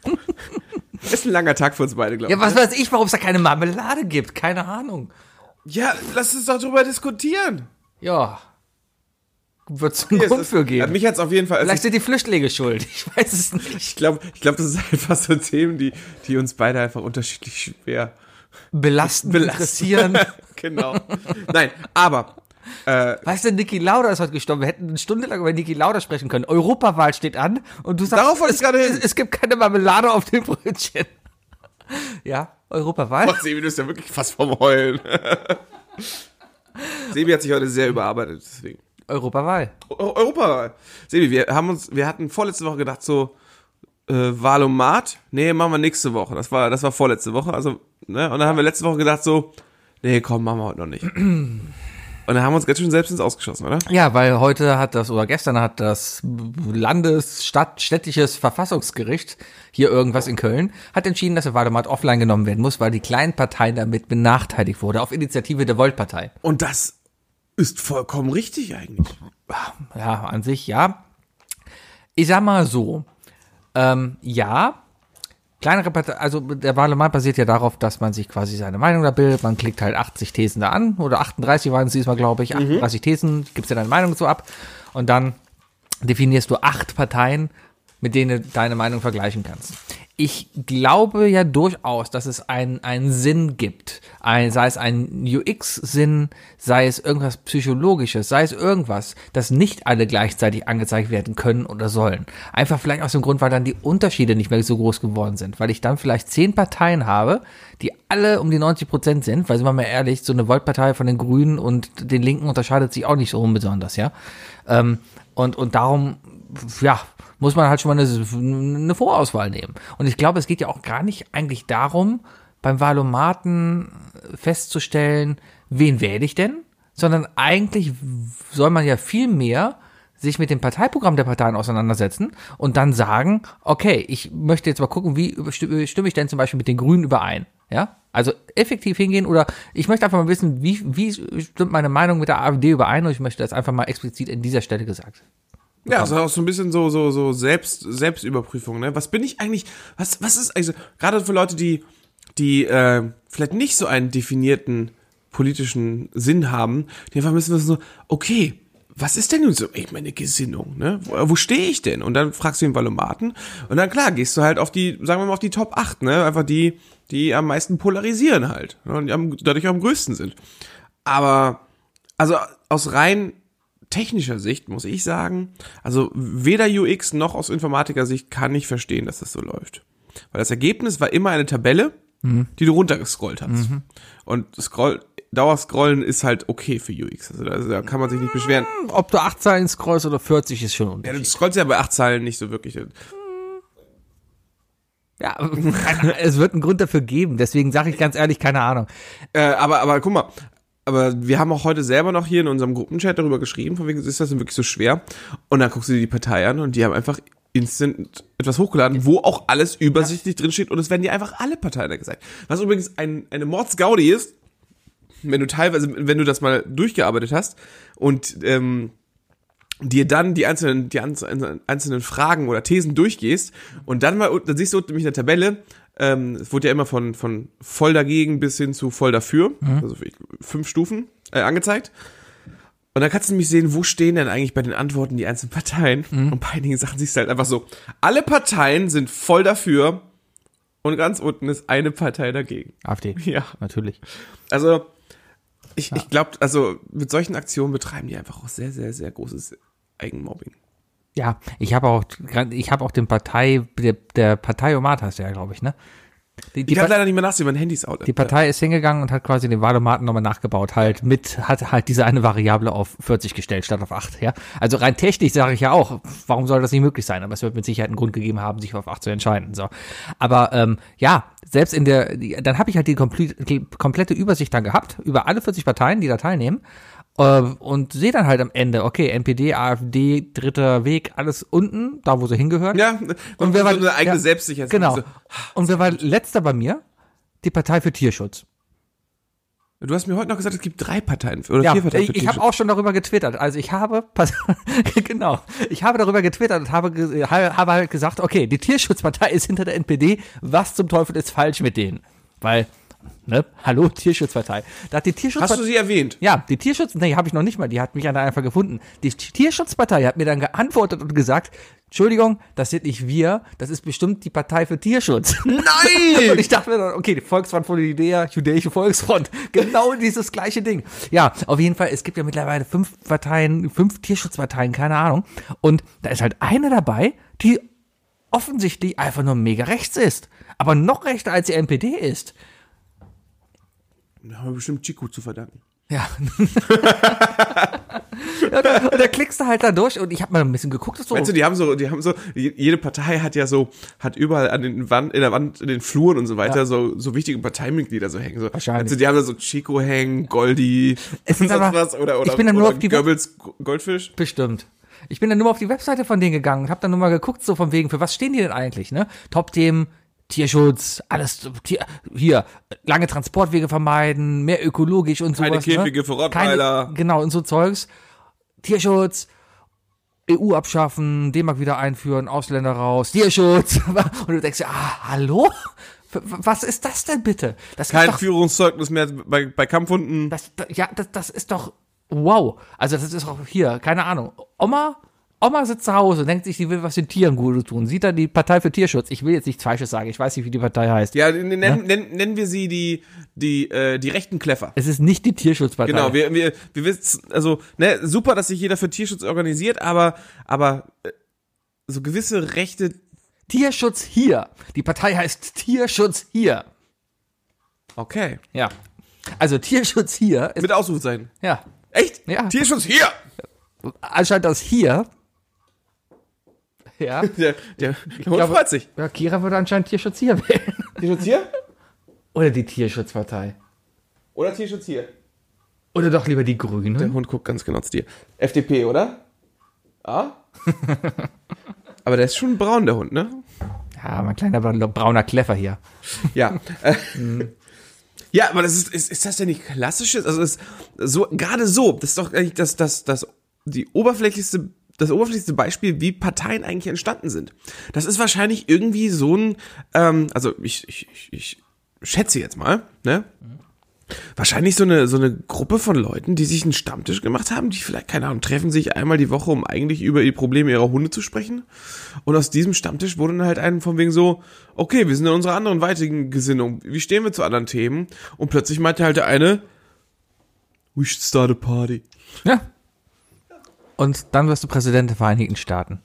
ist ein langer Tag für uns beide, glaube ich.
ja, was weiß ich, warum es da keine Marmelade gibt. Keine Ahnung.
ja, lass uns doch drüber diskutieren.
Ja. Wird es einen
Hier ist
Grund
es-
für
Ja,
geben.
mich hat's auf jeden Fall. Also
Vielleicht sind die Flüchtlinge schuld. Ich weiß es nicht.
ich glaube, ich glaub, das ist einfach so Themen, die, die uns beide einfach unterschiedlich schwer
Belasten,
belasten.
interessieren.
genau. Nein, aber
Äh, weißt du, Niki Lauda ist heute gestorben. Wir hätten eine Stunde lang über Niki Lauda sprechen können. Europawahl steht an und du sagst,
Darauf wollte
es,
ich gerade hin.
es, es gibt keine Marmelade auf dem Brötchen. Ja, Europawahl.
Boah, Oh, Sebi, du bist ja wirklich fast vom Heulen. Sebi hat sich heute sehr überarbeitet, deswegen.
Europawahl.
Eu- Europa. Sebi, wir haben uns, wir hatten vorletzte Woche gedacht, so äh, Wahlomat, nee, machen wir nächste Woche. Das war, das war vorletzte Woche, also, ne? Und dann haben wir letzte Woche gedacht, so, nee, komm, machen wir heute noch nicht. Und dann haben wir uns ganz schön selbst ins Ausgeschossen, oder?
Ja, weil heute hat das oder gestern hat das Landes-, Stadt-, städtisches Verfassungsgericht hier irgendwas in Köln hat entschieden, dass der Wahlomat offline genommen werden muss, weil die kleinen Partei damit benachteiligt wurde auf Initiative der Volt-Partei.
Und das ist vollkommen richtig eigentlich.
Ja, an sich ja. Ich sag mal so, ähm, ja, kleinere Partei, also der Wahlomat basiert ja darauf, dass man sich quasi seine Meinung da bildet. Man klickt halt 80 Thesen da an oder 38 waren es diesmal, glaube ich. 38 Thesen, gibst ja deine Meinung zu ab und dann definierst du acht Parteien, mit denen du deine Meinung vergleichen kannst. Ich glaube ja durchaus, dass es einen, einen Sinn gibt. Ein, sei es ein UX-Sinn, sei es irgendwas Psychologisches, sei es irgendwas, dass nicht alle gleichzeitig angezeigt werden können oder sollen. Einfach vielleicht aus dem Grund, weil dann die Unterschiede nicht mehr so groß geworden sind. Weil ich dann vielleicht zehn Parteien habe, die alle um die 90 Prozent sind. Weil sind wir mal ehrlich, so eine Volt-Partei von den Grünen und den Linken unterscheidet sich auch nicht so unbesonders, ja. Ähm, und, und darum, ja, muss man halt schon mal eine, eine Vorauswahl nehmen. Und ich glaube, es geht ja auch gar nicht eigentlich darum, beim Valomaten festzustellen, wen wähle ich denn, sondern eigentlich soll man ja viel mehr sich mit dem Parteiprogramm der Parteien auseinandersetzen und dann sagen, okay, ich möchte jetzt mal gucken, wie übersti- stimme ich denn zum Beispiel mit den Grünen überein? Ja? Also effektiv hingehen oder ich möchte einfach mal wissen, wie, wie stimmt meine Meinung mit der AfD überein und ich möchte das einfach mal explizit an dieser Stelle gesagt.
Ja, also auch so ein bisschen so so so selbst Selbstüberprüfung, ne? Was bin ich eigentlich? Was was ist also gerade für Leute, die die äh, vielleicht nicht so einen definierten politischen Sinn haben, die einfach müssen wissen so, okay, was ist denn nun so ich meine Gesinnung, ne? Wo, wo stehe ich denn? Und dann fragst du den Valomaten und dann klar, gehst du halt auf die sagen wir mal auf die Top 8, ne? Einfach die die am meisten polarisieren halt ne? und die am, dadurch am größten sind. Aber also aus rein technischer Sicht muss ich sagen, also weder UX noch aus Informatiker-Sicht kann ich verstehen, dass das so läuft. Weil das Ergebnis war immer eine Tabelle, die du runtergescrollt hast. Und Scroll, Dauerscrollen ist halt okay für UX. Also da, also da kann man sich nicht beschweren.
Ob du acht Zeilen scrollst oder 40 ist schon
Ja,
unter.
du scrollst ja bei acht Zeilen nicht so wirklich.
Ja, es wird einen Grund dafür geben, deswegen sage ich ganz ehrlich, keine Ahnung.
Äh, aber, aber guck mal, aber wir haben auch heute selber noch hier in unserem Gruppenchat darüber geschrieben, von wegen, ist das denn wirklich so schwer? Und dann guckst du dir die Partei an und die haben einfach instant etwas hochgeladen, wo auch alles übersichtlich drinsteht und es werden dir einfach alle Parteien da gesagt. Was übrigens ein, eine Mordsgaudi ist, wenn du teilweise, wenn du das mal durchgearbeitet hast und ähm, dir dann die einzelnen, die anz- einzelnen Fragen oder Thesen durchgehst und dann mal, dann siehst du nämlich eine Tabelle, ähm, es wurde ja immer von, von voll dagegen bis hin zu voll dafür,
Mhm.
also ich- fünf Stufen äh, angezeigt. Und dann kannst du nämlich sehen, wo stehen denn eigentlich bei den Antworten die einzelnen Parteien.
Mhm.
Und bei einigen Sachen siehst du halt einfach so, alle Parteien sind voll dafür und ganz unten ist eine Partei dagegen.
AfD.
Ja.
Natürlich.
Also, ich, ich glaube, also mit solchen Aktionen betreiben die einfach auch sehr, sehr, sehr großes Eigenmobbing.
Ja, ich habe auch, ich habe auch den Partei, der, der Parteiomat heißt der ja, glaube ich, ne? Die, die,
Ich habe
Pa-
leider nicht mehr nachsehen, mein Handy ist out.
die Partei ist hingegangen und hat quasi den Wahlomaten nochmal nachgebaut, halt mit, hat halt diese eine Variable auf 40 gestellt statt auf 8, ja. Also rein technisch sage ich ja auch, warum soll das nicht möglich sein? Aber es wird mit Sicherheit einen Grund gegeben haben, sich auf 8 zu entscheiden, so. Aber, ähm, ja, selbst in der, die- dann habe ich halt die komple- die komplette Übersicht dann gehabt, über alle 40 Parteien, die da teilnehmen. Äh, und sehe dann halt am Ende, okay, NPD, AfD, dritter Weg, alles unten, da wo sie hingehören.
ja, und
wer war-
so eine eigene
ja,
Selbstsicherheit.
Genau.
So,
Und wer war letzter bei mir? Die Partei für Tierschutz.
Du hast mir heute noch gesagt, es gibt drei Parteien für- oder
Ja,
vier Parteien für
ich, ich habe
Tierschutz.
auch schon darüber getwittert. Also ich habe, pass, genau, ich habe darüber getwittert und habe, ge- ha- habe halt gesagt, okay, die Tierschutzpartei ist hinter der NPD. Was zum Teufel ist falsch mit denen? Weil Ne? Hallo, Tierschutzpartei. Da hat die Tierschutzpartei.
Hast du sie erwähnt?
Ja, die Tierschutz, nee, habe ich noch nicht mal, die hat mich dann einfach gefunden. Die Tierschutzpartei hat mir dann geantwortet und gesagt, Entschuldigung, das sind nicht wir, das ist bestimmt die Partei für Tierschutz.
Nein!
und ich dachte mir dann, okay, die Volksfront von Judäa, Judäische Volksfront, genau dieses gleiche Ding. Ja, auf jeden Fall, es gibt ja mittlerweile fünf Parteien, fünf Tierschutzparteien, keine Ahnung. Und da ist halt eine dabei, die offensichtlich einfach nur mega rechts ist. Aber noch rechter als die NPD ist.
Da haben wir bestimmt Chico zu verdanken.
Ja. ja da, und da klickst du halt da durch und ich habe mal ein bisschen geguckt, so.
Weißt du, die haben so, die haben so, je- jede Partei hat ja so, hat überall an den Wand, in der Wand, in den Fluren und so weiter so, so wichtige Parteimitglieder so hängen. So.
Wahrscheinlich.
Weißt du, die haben da so Chico hängen, Goldi,
Es ist
und sonst
aber-
was, oder, oder,
ich bin dann
oder
nur auf die-
Goebbels Goldfisch.
Bestimmt. Ich bin dann nur mal auf die Webseite von denen gegangen und habe dann nur mal geguckt, so von wegen, für was stehen die denn eigentlich, ne? Top-Themen, Tierschutz, alles, so, Tier, hier, lange Transportwege vermeiden, mehr ökologisch und so
Keine Käfige
ne?
für Rottweiler.
Keine- Genau, und so Zeugs. Tierschutz, EU abschaffen, D-Mark wieder einführen, Ausländer raus, Tierschutz. Und du denkst dir, ah, hallo? W- w- Was ist das denn bitte? Das gibt's
Kein
doch
Führungszeugnis mehr bei, bei Kampfhunden.
das, da- ja, das, das ist doch wow. Also das ist auch hier, keine Ahnung. Oma, Oma sitzt zu Hause und denkt sich, die will was den Tieren Gutes tun. Sieht dann die Partei für Tierschutz. Ich will jetzt nichts Falsches sagen. Ich weiß nicht, wie die Partei heißt.
Ja, n- n- nennen, nennen, nennen wir sie die, die, äh, die rechten Kleffer.
Es ist nicht die Tierschutzpartei.
Genau, wir, wir, wir wissen, also, ne, super, dass sich jeder für Tierschutz organisiert, aber, aber äh, so gewisse Rechte,
Tierschutz hier. Die Partei heißt Tierschutz hier.
okay.
Ja. Also Tierschutz hier ist,
Mit Ausrufezeichen.
ja.
Echt?
Ja.
Tierschutz hier!
Anscheinend das hier. Ja.
Der, der, der Hund
glaube-
freut sich.
Ja, Kira würde anscheinend Tierschutz hier wählen.
Tierschutz hier?
Oder die Tierschutzpartei.
Oder Tierschutz hier?
Oder doch lieber die Grüne.
Der Hund guckt ganz genau zu dir. FDP, oder? Ah? aber der ist schon braun, der Hund, ne?
Ja, mein kleiner bra- brauner Kleffer hier.
Ja. Äh, ja, aber das ist, ist, ist das denn nicht klassisches? Also ist so, gerade so, das ist doch eigentlich das, das, das, die oberflächlichste, das oberflächlichste Beispiel, wie Parteien eigentlich entstanden sind. Das ist wahrscheinlich irgendwie so ein, ähm, also ich, ich, ich, ich schätze jetzt mal, ne? Wahrscheinlich so eine, so eine Gruppe von Leuten, die sich einen Stammtisch gemacht haben, die vielleicht, keine Ahnung, treffen sich einmal die Woche, um eigentlich über die Probleme ihrer Hunde zu sprechen. Und aus diesem Stammtisch wurde dann halt einen von wegen so, okay, wir sind in unserer anderen weitigen Gesinnung. Wie stehen wir zu anderen Themen? Und plötzlich meinte halt der eine, we should start a party.
Ja. Und dann wirst du Präsident der Vereinigten Staaten.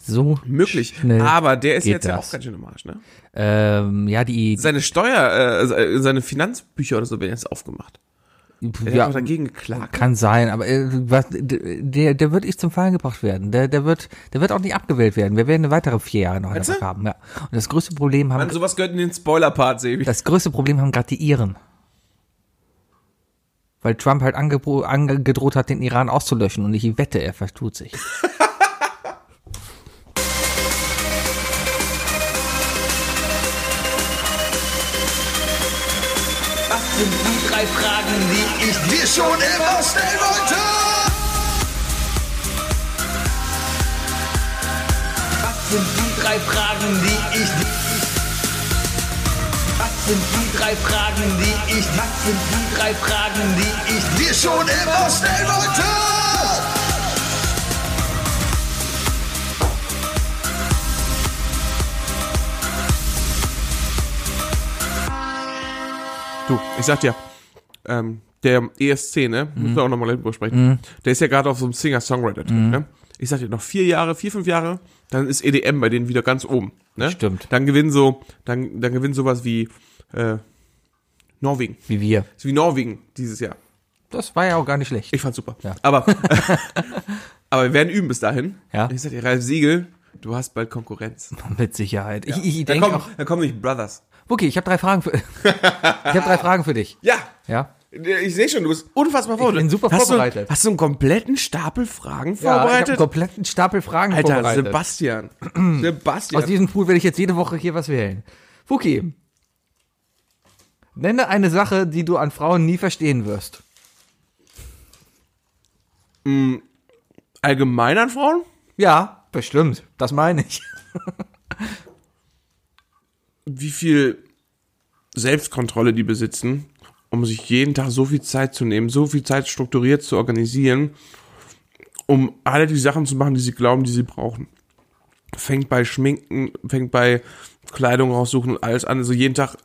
So
Möglich.
Schnell
Aber der ist
geht
jetzt ja
das.
auch ganz schön im Arsch, ne?
Ähm, ja, die.
Seine Steuer, äh, seine Finanzbücher oder so werden jetzt aufgemacht. Er
ja,
hat auch dagegen geklagt.
kann sein, aber äh, was, der, der wird nicht zum Fallen gebracht werden. Der, der, wird, der wird auch nicht abgewählt werden. Wir werden eine weitere vier Jahre noch
Meinst
einfach
du?
haben. Ja. Und das größte Problem haben,
An Also sowas gehört in den Spoiler-Part, Sebi.
das größte Problem haben gerade die Iren. Weil Trump halt angebo- angedroht hat, den Iran auszulöschen und ich wette, er vertut sich.
sind die drei Fragen, die ich dir schon immer stellen wollte. Was sind die drei Fragen, die ich Was sind die drei Fragen, die ich Was sind die drei Fragen, die ich dir schon immer stellen wollte?
Du, ich sag dir, ähm, der ESC, ne? Müssen
Mhm.
wir auch nochmal drüber sprechen. Der ist ja gerade auf so einem Singer-Songwriter-Trip, ne? Ich sag dir, noch vier Jahre, vier, fünf Jahre, dann ist EDM bei denen wieder ganz oben. Ne?
Stimmt.
Dann gewinnen so, dann, dann gewinnen sowas wie äh, Norwegen.
Wie wir.
Ist wie Norwegen dieses Jahr.
Das war ja auch gar nicht schlecht.
Ich fand's super.
Ja.
Aber, aber wir werden üben bis dahin.
Ja.
Und Ich sag dir, Ralf Siegel, du hast bald Konkurrenz.
Mit Sicherheit. Ich, ich, ich
Da
denke
kommen,
auch.
da kommen nicht Brothers.
Okay, ich habe drei Fragen für. ich habe drei Fragen für dich.
Ja.
Ja.
Ich sehe schon, du bist unfassbar
bin
vorbereitet.
super
hast
vorbereitet.
Du, hast du einen kompletten Stapel
Ja,
Fragen
ich hab einen
vorbereitet?
kompletten Stapel Fragen
Alter,
vorbereitet.
Sebastian.
Aus
Sebastian.
diesem Pool werde ich jetzt jede Woche hier was wählen. Fuki, nenne eine Sache, die du an Frauen nie verstehen wirst.
Allgemein an Frauen?
Ja, bestimmt. Das meine ich.
Wie viel Selbstkontrolle die besitzen, um sich jeden Tag so viel Zeit zu nehmen, so viel Zeit strukturiert zu organisieren, um alle die Sachen zu machen, die sie glauben, die sie brauchen. Fängt bei Schminken, fängt bei Kleidung raussuchen und alles an. Also jeden Tag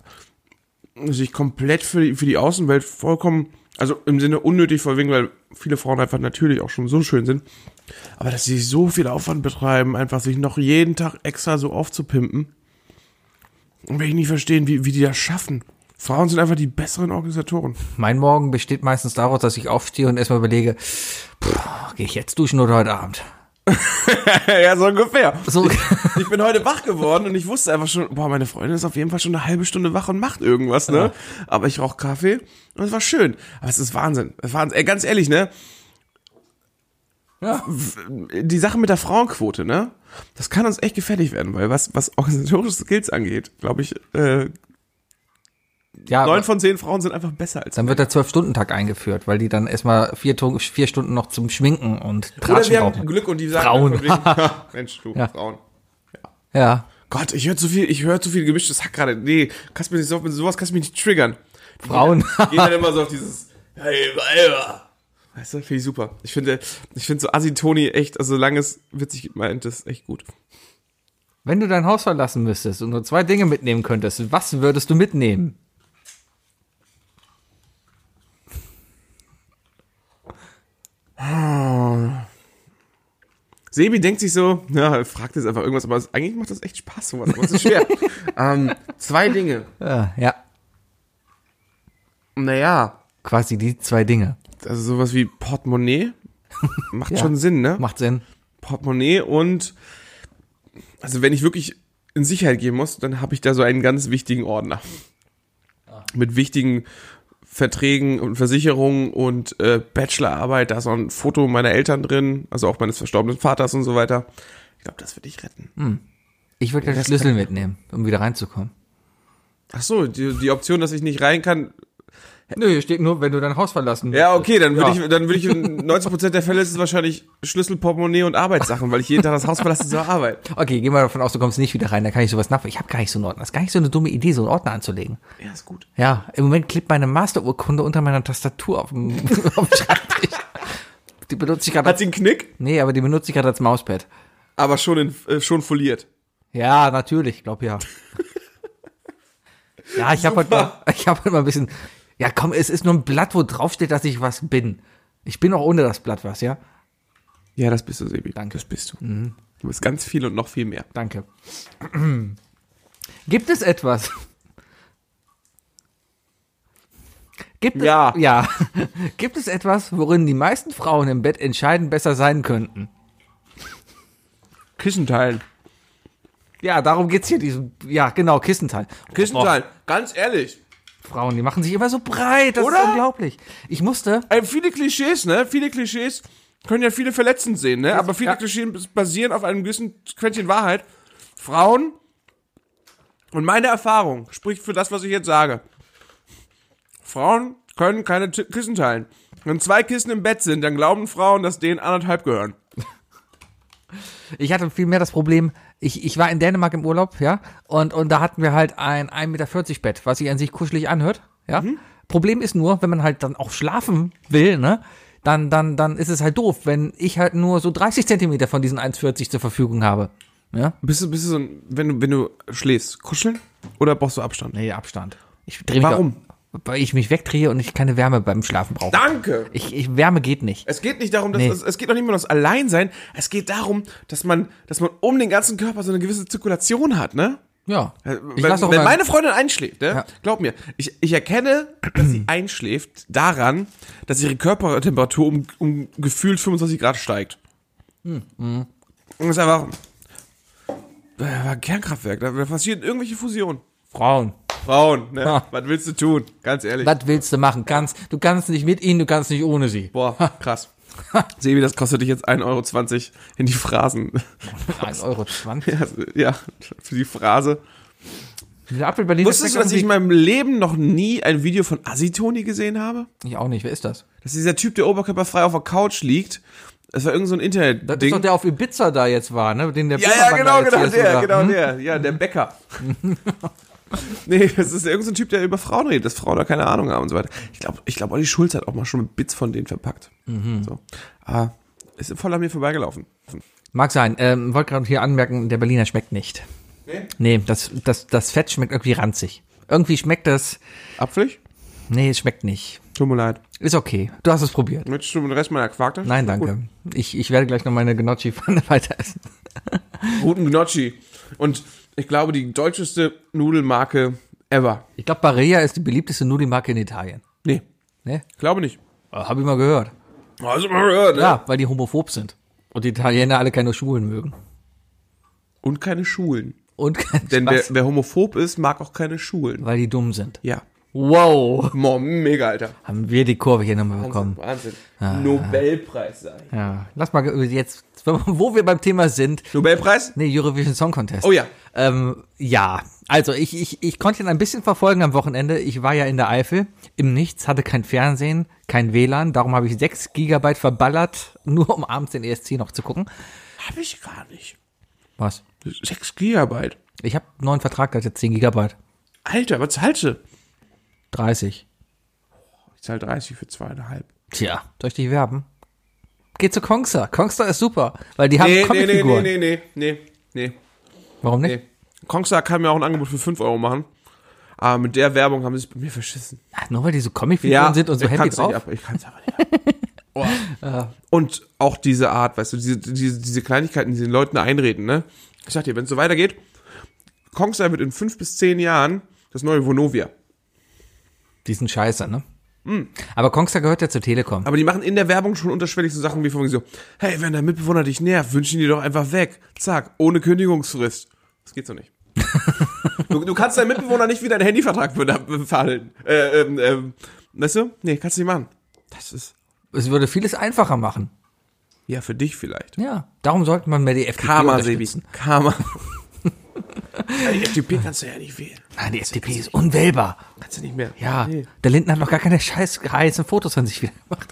sich komplett für die, für die Außenwelt vollkommen, also im Sinne unnötig verwinken, weil viele Frauen einfach natürlich auch schon so schön sind. Aber dass sie so viel Aufwand betreiben, einfach sich noch jeden Tag extra so aufzupimpen. Und will ich nicht verstehen, wie, wie die das schaffen. Frauen sind einfach die besseren Organisatoren.
Mein Morgen besteht meistens daraus, dass ich aufstehe und erstmal überlege, gehe ich jetzt duschen oder heute Abend?
ja, so ungefähr.
So.
Ich bin heute wach geworden und ich wusste einfach schon, boah, meine Freundin ist auf jeden Fall schon eine halbe Stunde wach und macht irgendwas, ne? Aber ich rauche Kaffee und es war schön. Aber es ist Wahnsinn. Es ist Wahnsinn. Ey, ganz ehrlich, ne?
Ja.
Die Sache mit der Frauenquote, ne? Das kann uns echt gefährlich werden, weil was, was organisatorische Skills angeht, glaube ich, äh,
ja
neun
aber
von zehn Frauen sind einfach besser als
dann wird der Zwölf-Stunden-Tag eingeführt, weil die dann erstmal vier, Tu- vier Stunden noch zum Schminken und
Oder
Tratschen
wir haben
brauchen.
Glück und die sagen
Frauen.
einfach wegen- Mensch, du,
Ja.
Frauen.
Ja.
Gott, ich höre zu viel, ich höre zu viel gemischtes Hack gerade. Nee, kannst mich nicht so, mit sowas kannst du mich nicht triggern.
Frauen.
Gehen dann immer so auf dieses Hey, Weiber. Weißt du, finde ich super. Ich finde, ich finde so Assi-Toni echt, also solange es witzig gemeint ist, echt gut.
Wenn du dein Haus verlassen müsstest und nur zwei Dinge mitnehmen könntest, was würdest du mitnehmen?
Sebi denkt sich so, ja, er fragt jetzt einfach irgendwas, aber es- eigentlich macht das echt Spaß, sowas, aber es ist schwer. ähm, zwei Dinge.
Äh, Ja, ja,
Naja,
quasi die zwei Dinge.
also sowas wie Portemonnaie macht
Ja.
schon Sinn, ne?
Macht Sinn.
Portemonnaie und also wenn ich wirklich in Sicherheit gehen muss, dann habe ich da so einen ganz wichtigen Ordner mit wichtigen Verträgen und Versicherungen und äh, Bachelorarbeit. Da ist auch ein Foto meiner Eltern drin, also auch meines verstorbenen Vaters und so weiter. Ich glaube, das wird dich retten.
Ich würde den Schlüssel mitnehmen, um wieder reinzukommen.
Ach so, die, die Option, dass ich nicht rein kann.
Nö, hier steht nur, wenn du dein Haus verlassen
Ja, okay, dann würde
Ja.
ich, dann würde ich in 90 der Fälle ist es wahrscheinlich Schlüssel, Portemonnaie und Arbeitssachen, weil ich jeden Tag das Haus verlasse zur Arbeit.
Okay, geh mal davon aus, du kommst nicht wieder rein, da kann ich sowas nachvollziehen. Ich habe gar nicht so einen Ordner. Das ist gar nicht so eine dumme Idee, so einen Ordner anzulegen.
Ja, ist gut.
Ja, im Moment klebt meine Masterurkunde unter meiner Tastatur auf dem, auf dem Schreibtisch. Die benutze ich gerade.
Hat
als-
sie einen Knick,
Nee, aber die benutze ich gerade als Mauspad.
aber schon, in, äh, schon foliert.
Ja, natürlich, glaub ja. ja, ich habe heute, mal- ich hab heute mal ein bisschen. Ja, komm, es ist nur ein Blatt, wo draufsteht, dass ich was bin. Ich bin auch ohne das Blatt was, ja?
Ja, das bist du, Sebi.
Danke.
Das bist du. Du bist ganz viel und noch viel mehr.
Danke. Gibt es etwas? Gibt
Ja.
Es, ja. Gibt es etwas, worin die meisten Frauen im Bett entscheiden besser sein könnten?
Kissen teilen.
Ja, darum geht's hier. Diesem, ja, genau, Kissenteil.
Kissen teilen. Ganz ehrlich.
Frauen, die machen sich immer so breit. Das ist
Oder?
unglaublich. Ich musste,
Ey, viele Klischees, ne? Viele Klischees können ja viele verletzend sehen, ne? Aber viele
ja.
Klischees basieren auf einem gewissen Quäntchen Wahrheit. Frauen und meine Erfahrung spricht für das, was ich jetzt sage. Frauen können keine T Kissen teilen. Wenn zwei Kissen im Bett sind, dann glauben Frauen, dass denen anderthalb gehören.
ich hatte vielmehr das Problem, ich, ich war in Dänemark im Urlaub, ja, und, und da hatten wir halt ein 1,40 Meter Bett, was sich an sich kuschelig anhört, ja.
Mhm.
Problem ist nur, wenn man halt dann auch schlafen will, ne, dann, dann, dann ist es halt doof, wenn ich halt nur so 30 Zentimeter von diesen 1,40 zur Verfügung habe, ne. ja.
Bist du, bist du so ein, wenn du, wenn du schläfst, kuscheln? Oder brauchst du Abstand?
Nee, Abstand. Ich drehe mich
Warum?
Auch, weil ich mich wegdrehe und ich keine Wärme beim Schlafen brauche.
Danke!
Ich, ich, Wärme geht nicht.
Es geht nicht darum, dass
Nee.
es, es geht noch nicht mal ums Alleinsein. Es geht darum, dass man, dass man um den ganzen Körper so eine gewisse Zirkulation hat, ne?
Ja.
Wenn, wenn meine Freundin einschläft, ne?
Ja.
Glaub mir, ich, ich erkenne, dass sie einschläft daran, dass ihre Körpertemperatur um, um gefühlt 25 Grad steigt.
Hm,
Und das ist einfach äh, war ein Kernkraftwerk. Da da passieren irgendwelche Fusionen.
Frauen.
Frauen, ne?
Ja.
Was willst du tun? Ganz ehrlich.
Was willst du machen? Kannst, du kannst nicht mit ihnen, du kannst nicht ohne sie.
Boah, krass. Sebi, das kostet dich jetzt 1,20 Euro in die Phrasen.
1,20 Euro.
Ja, Also, ja, für die Phrase.
Dieser Apfel Berliner
Wusstest du, dass ich in meinem Leben noch nie ein Video von Asitoni gesehen habe?
Ich auch nicht, wer ist das?
Das ist dieser Typ, der oberkörperfrei auf der Couch liegt. Das war irgend so ein
Das ist doch
Internet-Ding.
der auf Ibiza da jetzt war, ne? Den der
Ja, ja,
Böhmermann da
genau,
jetzt Hm? hier ist,
genau, der,
oder?
genau
Hm?
der. Ja, der Bäcker. Nee, das ist irgendein so ein Typ, der über Frauen redet, dass Frauen da keine Ahnung haben und so weiter. Ich glaube, ich glaub, Olli Schulz hat auch mal schon mit Bits von denen verpackt.
Mhm.
So. Ah, ist voll an mir vorbeigelaufen.
Mag sein. Ähm, wollte gerade hier anmerken, der Berliner schmeckt nicht. Nee? Nee, das, das, das Fett schmeckt irgendwie ranzig. Irgendwie schmeckt das.
Apfelig?
Nee, es schmeckt nicht.
Tut mir leid.
Ist okay. Du hast es probiert.
Möchtest du den Rest meiner Quark?
Nein, danke. Ich, ich werde gleich noch meine Gnocchi-Pfanne weiter essen.
Guten Gnocchi. Und ich glaube, die deutscheste Nudelmarke ever.
Ich glaube, Barilla ist die beliebteste Nudelmarke in Italien.
Nee,
Ne?
glaube nicht.
Habe ich mal gehört.
Also mal gehört, ne?
Ja, weil die homophob sind. Und die Italiener alle keine Schwulen mögen.
Und keine Schulen.
Und kein
Denn wer,
Spaß,
wer homophob ist, mag auch keine Schulen.
weil die dumm sind.
Ja.
Wow.
Mo, mega, Alter.
Haben wir die Kurve hier nochmal bekommen.
Wahnsinn. Nobelpreis sei.
Ja. Lass mal ge- jetzt, wo wir beim Thema sind.
Nobelpreis?
Nee, Eurovision Song Contest.
Oh ja.
Ähm, ja, also ich, ich, ich konnte ihn ein bisschen verfolgen am Wochenende. Ich war ja in der Eifel, im Nichts, hatte kein Fernsehen, kein WLAN. Darum habe ich 6 Gigabyte verballert, nur um abends den ESC noch zu gucken.
Hab ich gar nicht.
Was?
6 Gigabyte.
Ich habe einen neuen Vertrag, der hat jetzt 10 Gigabyte.
Alter, was zahlst du?
30.
Ich zahl 30 für zweieinhalb.
Tja, soll ich dich werben? Geh zu Kongster. Kongster ist super, weil die haben Comicfiguren.
nee, nee, nee, nee,
Warum nicht?
nee. Kongstar kann mir auch ein Angebot für 5 Euro machen. Aber mit der Werbung haben sie es bei mir verschissen.
Ach, Ah, nur weil die so Comicfiguren sind und so
ich
happy
kann's Nicht
drauf.
ab, ich kann es aber nicht. ab. Oh. Und auch diese Art, weißt du, diese, diese, diese Kleinigkeiten, die den Leuten einreden, ne? Ich sag dir, wenn es so weitergeht, Kongstar wird in fünf bis zehn Jahren das neue Vonovia.
Die sind scheiße, ne? Aber Kongster gehört ja zur Telekom.
Hm. Aber die machen in der Werbung schon unterschwellig so Sachen wie von wegen so, hey, wenn dein Mitbewohner dich nervt, wünschen die doch einfach weg. Zack, ohne Kündigungsfrist. Das geht so nicht. du, du kannst deinen Mitbewohner nicht wie deinen Handyvertrag be- verhandeln. Äh, ähm, ähm, weißt du? Nee, kannst du nicht machen. Das ist,
Es würde vieles einfacher machen.
ja, für dich vielleicht.
Ja, darum sollte man mehr die FDP
Karma, Sebi.
unterstützen.
Karma. Ja, die FDP kannst du ja nicht wählen.
Nein, die FDP ist unwählbar.
Kannst du nicht mehr.
Ja,
Nee.
der Lindner hat noch gar keine scheiß heißen Fotos von sich wieder gemacht.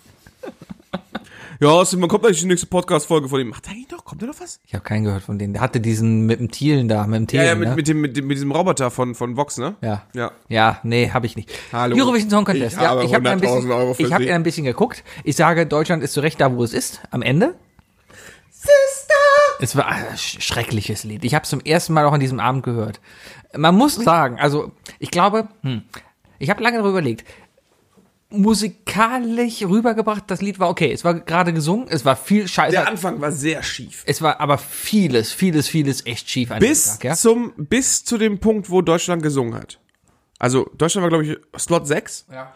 Ja, außerdem, man kommt eigentlich die nächste Podcast-Folge von ihm. Macht er eigentlich noch? Kommt da noch was?
Ich habe keinen gehört von denen. Der hatte diesen mit dem Thielen da, mit dem
Ja,
Thielen,
ja, mit,
ne?
mit, dem, mit, dem, mit diesem Roboter von, von Vox, ne?
ja.
Ja.
Ja, nee, habe ich nicht.
Hallo.
Eurovision Song Contest.
Ich habe
ja, ich habe ein
100.000
bisschen,
Euro für
ich habe
Sie.
ein bisschen geguckt. Ich sage, Deutschland ist zu Recht da, wo es ist. Am Ende. Es war ein sch- schreckliches Lied. Ich habe es zum ersten Mal auch an diesem Abend gehört. Man muss sagen, also ich glaube, hm, ich habe lange darüber überlegt. Musikalisch rübergebracht, das Lied war okay. Es war gerade gesungen, es war viel Scheiße.
Der Anfang war sehr schief.
es war aber vieles, vieles, vieles echt schief an dem
Bis
Tag, ja?
zum, bis zu dem Punkt, wo Deutschland gesungen hat. Also, Deutschland war, glaube ich, Slot 6.
Ja.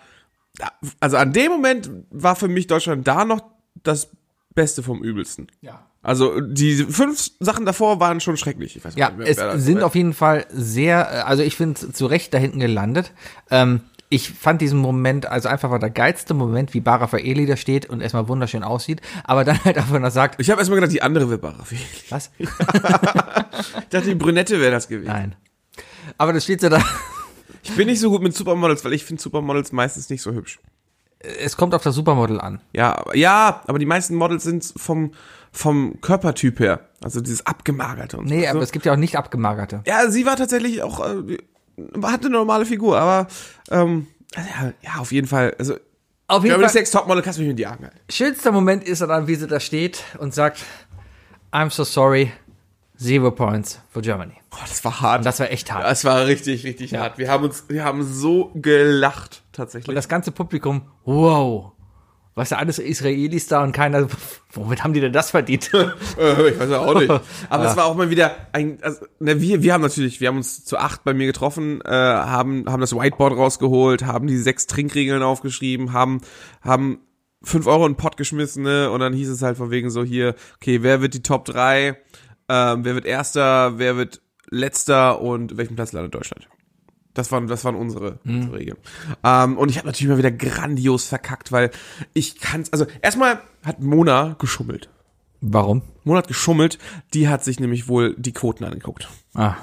Da- Also, an dem Moment war für mich Deutschland da noch das Beste vom Übelsten.
Ja.
Also, die fünf Sachen davor waren schon schrecklich. Ich weiß
Ja,
nicht, wer-
es
wer das-
sind
wer-
auf jeden Fall sehr, äh, also ich finde zu Recht da hinten gelandet. Ähm, ich fand diesen Moment, also einfach war der geilste Moment, wie Bara Faeli da steht und erstmal wunderschön aussieht, aber dann halt einfach noch sagt,
Ich habe erstmal gedacht, die andere wäre Baraffi.
was?
Ich dachte, die Brünette wäre das gewesen.
Nein. Aber das steht so da,
Ich bin nicht so gut mit Supermodels, weil ich finde Supermodels meistens nicht so hübsch.
es kommt auf das Supermodel an.
Ja, aber- ja, aber die meisten Models sind vom, vom Körpertyp her. Also dieses Abgemagerte und
Nee,
so.
aber es gibt ja auch nicht abgemagerte.
Ja, sie war tatsächlich auch, äh, hatte eine normale Figur, aber ähm, also ja, ja, auf jeden Fall. Also,
Auf jeden
Germany's
Fall,
Next Topmodel kannst du mich mit die Augen halten.
schönster Moment ist dann, wie sie da steht und sagt, I'm so sorry, zero points for Germany.
Boah, das war hart.
Das war echt hart.
das war richtig, richtig hart. Wir haben uns, wir haben so gelacht, tatsächlich.
Und das ganze Publikum, wow. Was da alles Israelis da und keiner, womit haben die denn das verdient?
Äh, ich weiß ja auch nicht. Aber es war auch mal wieder ein, also, ne, wir, wir haben natürlich, wir haben uns zu acht bei mir getroffen, äh, haben, haben das Whiteboard rausgeholt, haben die sechs Trinkregeln aufgeschrieben, haben, haben fünf Euro in den Pott geschmissen, ne, und dann hieß es halt von wegen so hier, okay, wer wird die Top drei, ähm, wer wird Erster, wer wird Letzter und welchen Platz landet Deutschland? Das waren, das waren unsere, unsere Regeln. Ähm, und ich habe natürlich mal wieder grandios verkackt, weil ich kann's, also erstmal hat Mona geschummelt.
Warum?
Monat geschummelt, die hat sich nämlich wohl die Quoten angeguckt.
Ah,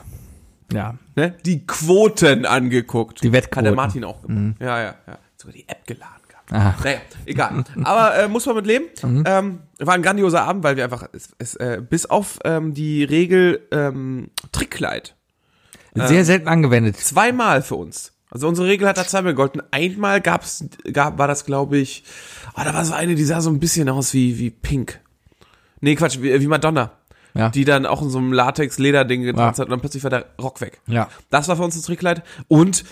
ja.
Ne? Die Quoten angeguckt.
Die Wettquoten. Mhm.
Hat der Martin auch gemacht. Ja, ja, ja. Sogar die App geladen gehabt.
Aha.
Naja, egal. Aber äh, muss man mit leben.
Mhm.
Ähm, war ein grandioser Abend, weil wir einfach, es, es, äh, bis auf ähm, die Regel ähm, Trickkleid,
Sehr selten angewendet.
Zweimal für uns. Also unsere Regel hat da zweimal gegolten. Einmal gab's, gab, war das, glaube ich, ah, da war so eine, die sah so ein bisschen aus wie, wie Pink. Nee, Quatsch, wie, wie Madonna.
Ja.
Die dann auch in so einem Latex-Leder-Ding getanzt
Ja.
hat und dann plötzlich war der Rock weg.
Ja.
Das war für uns das Trickleid. Und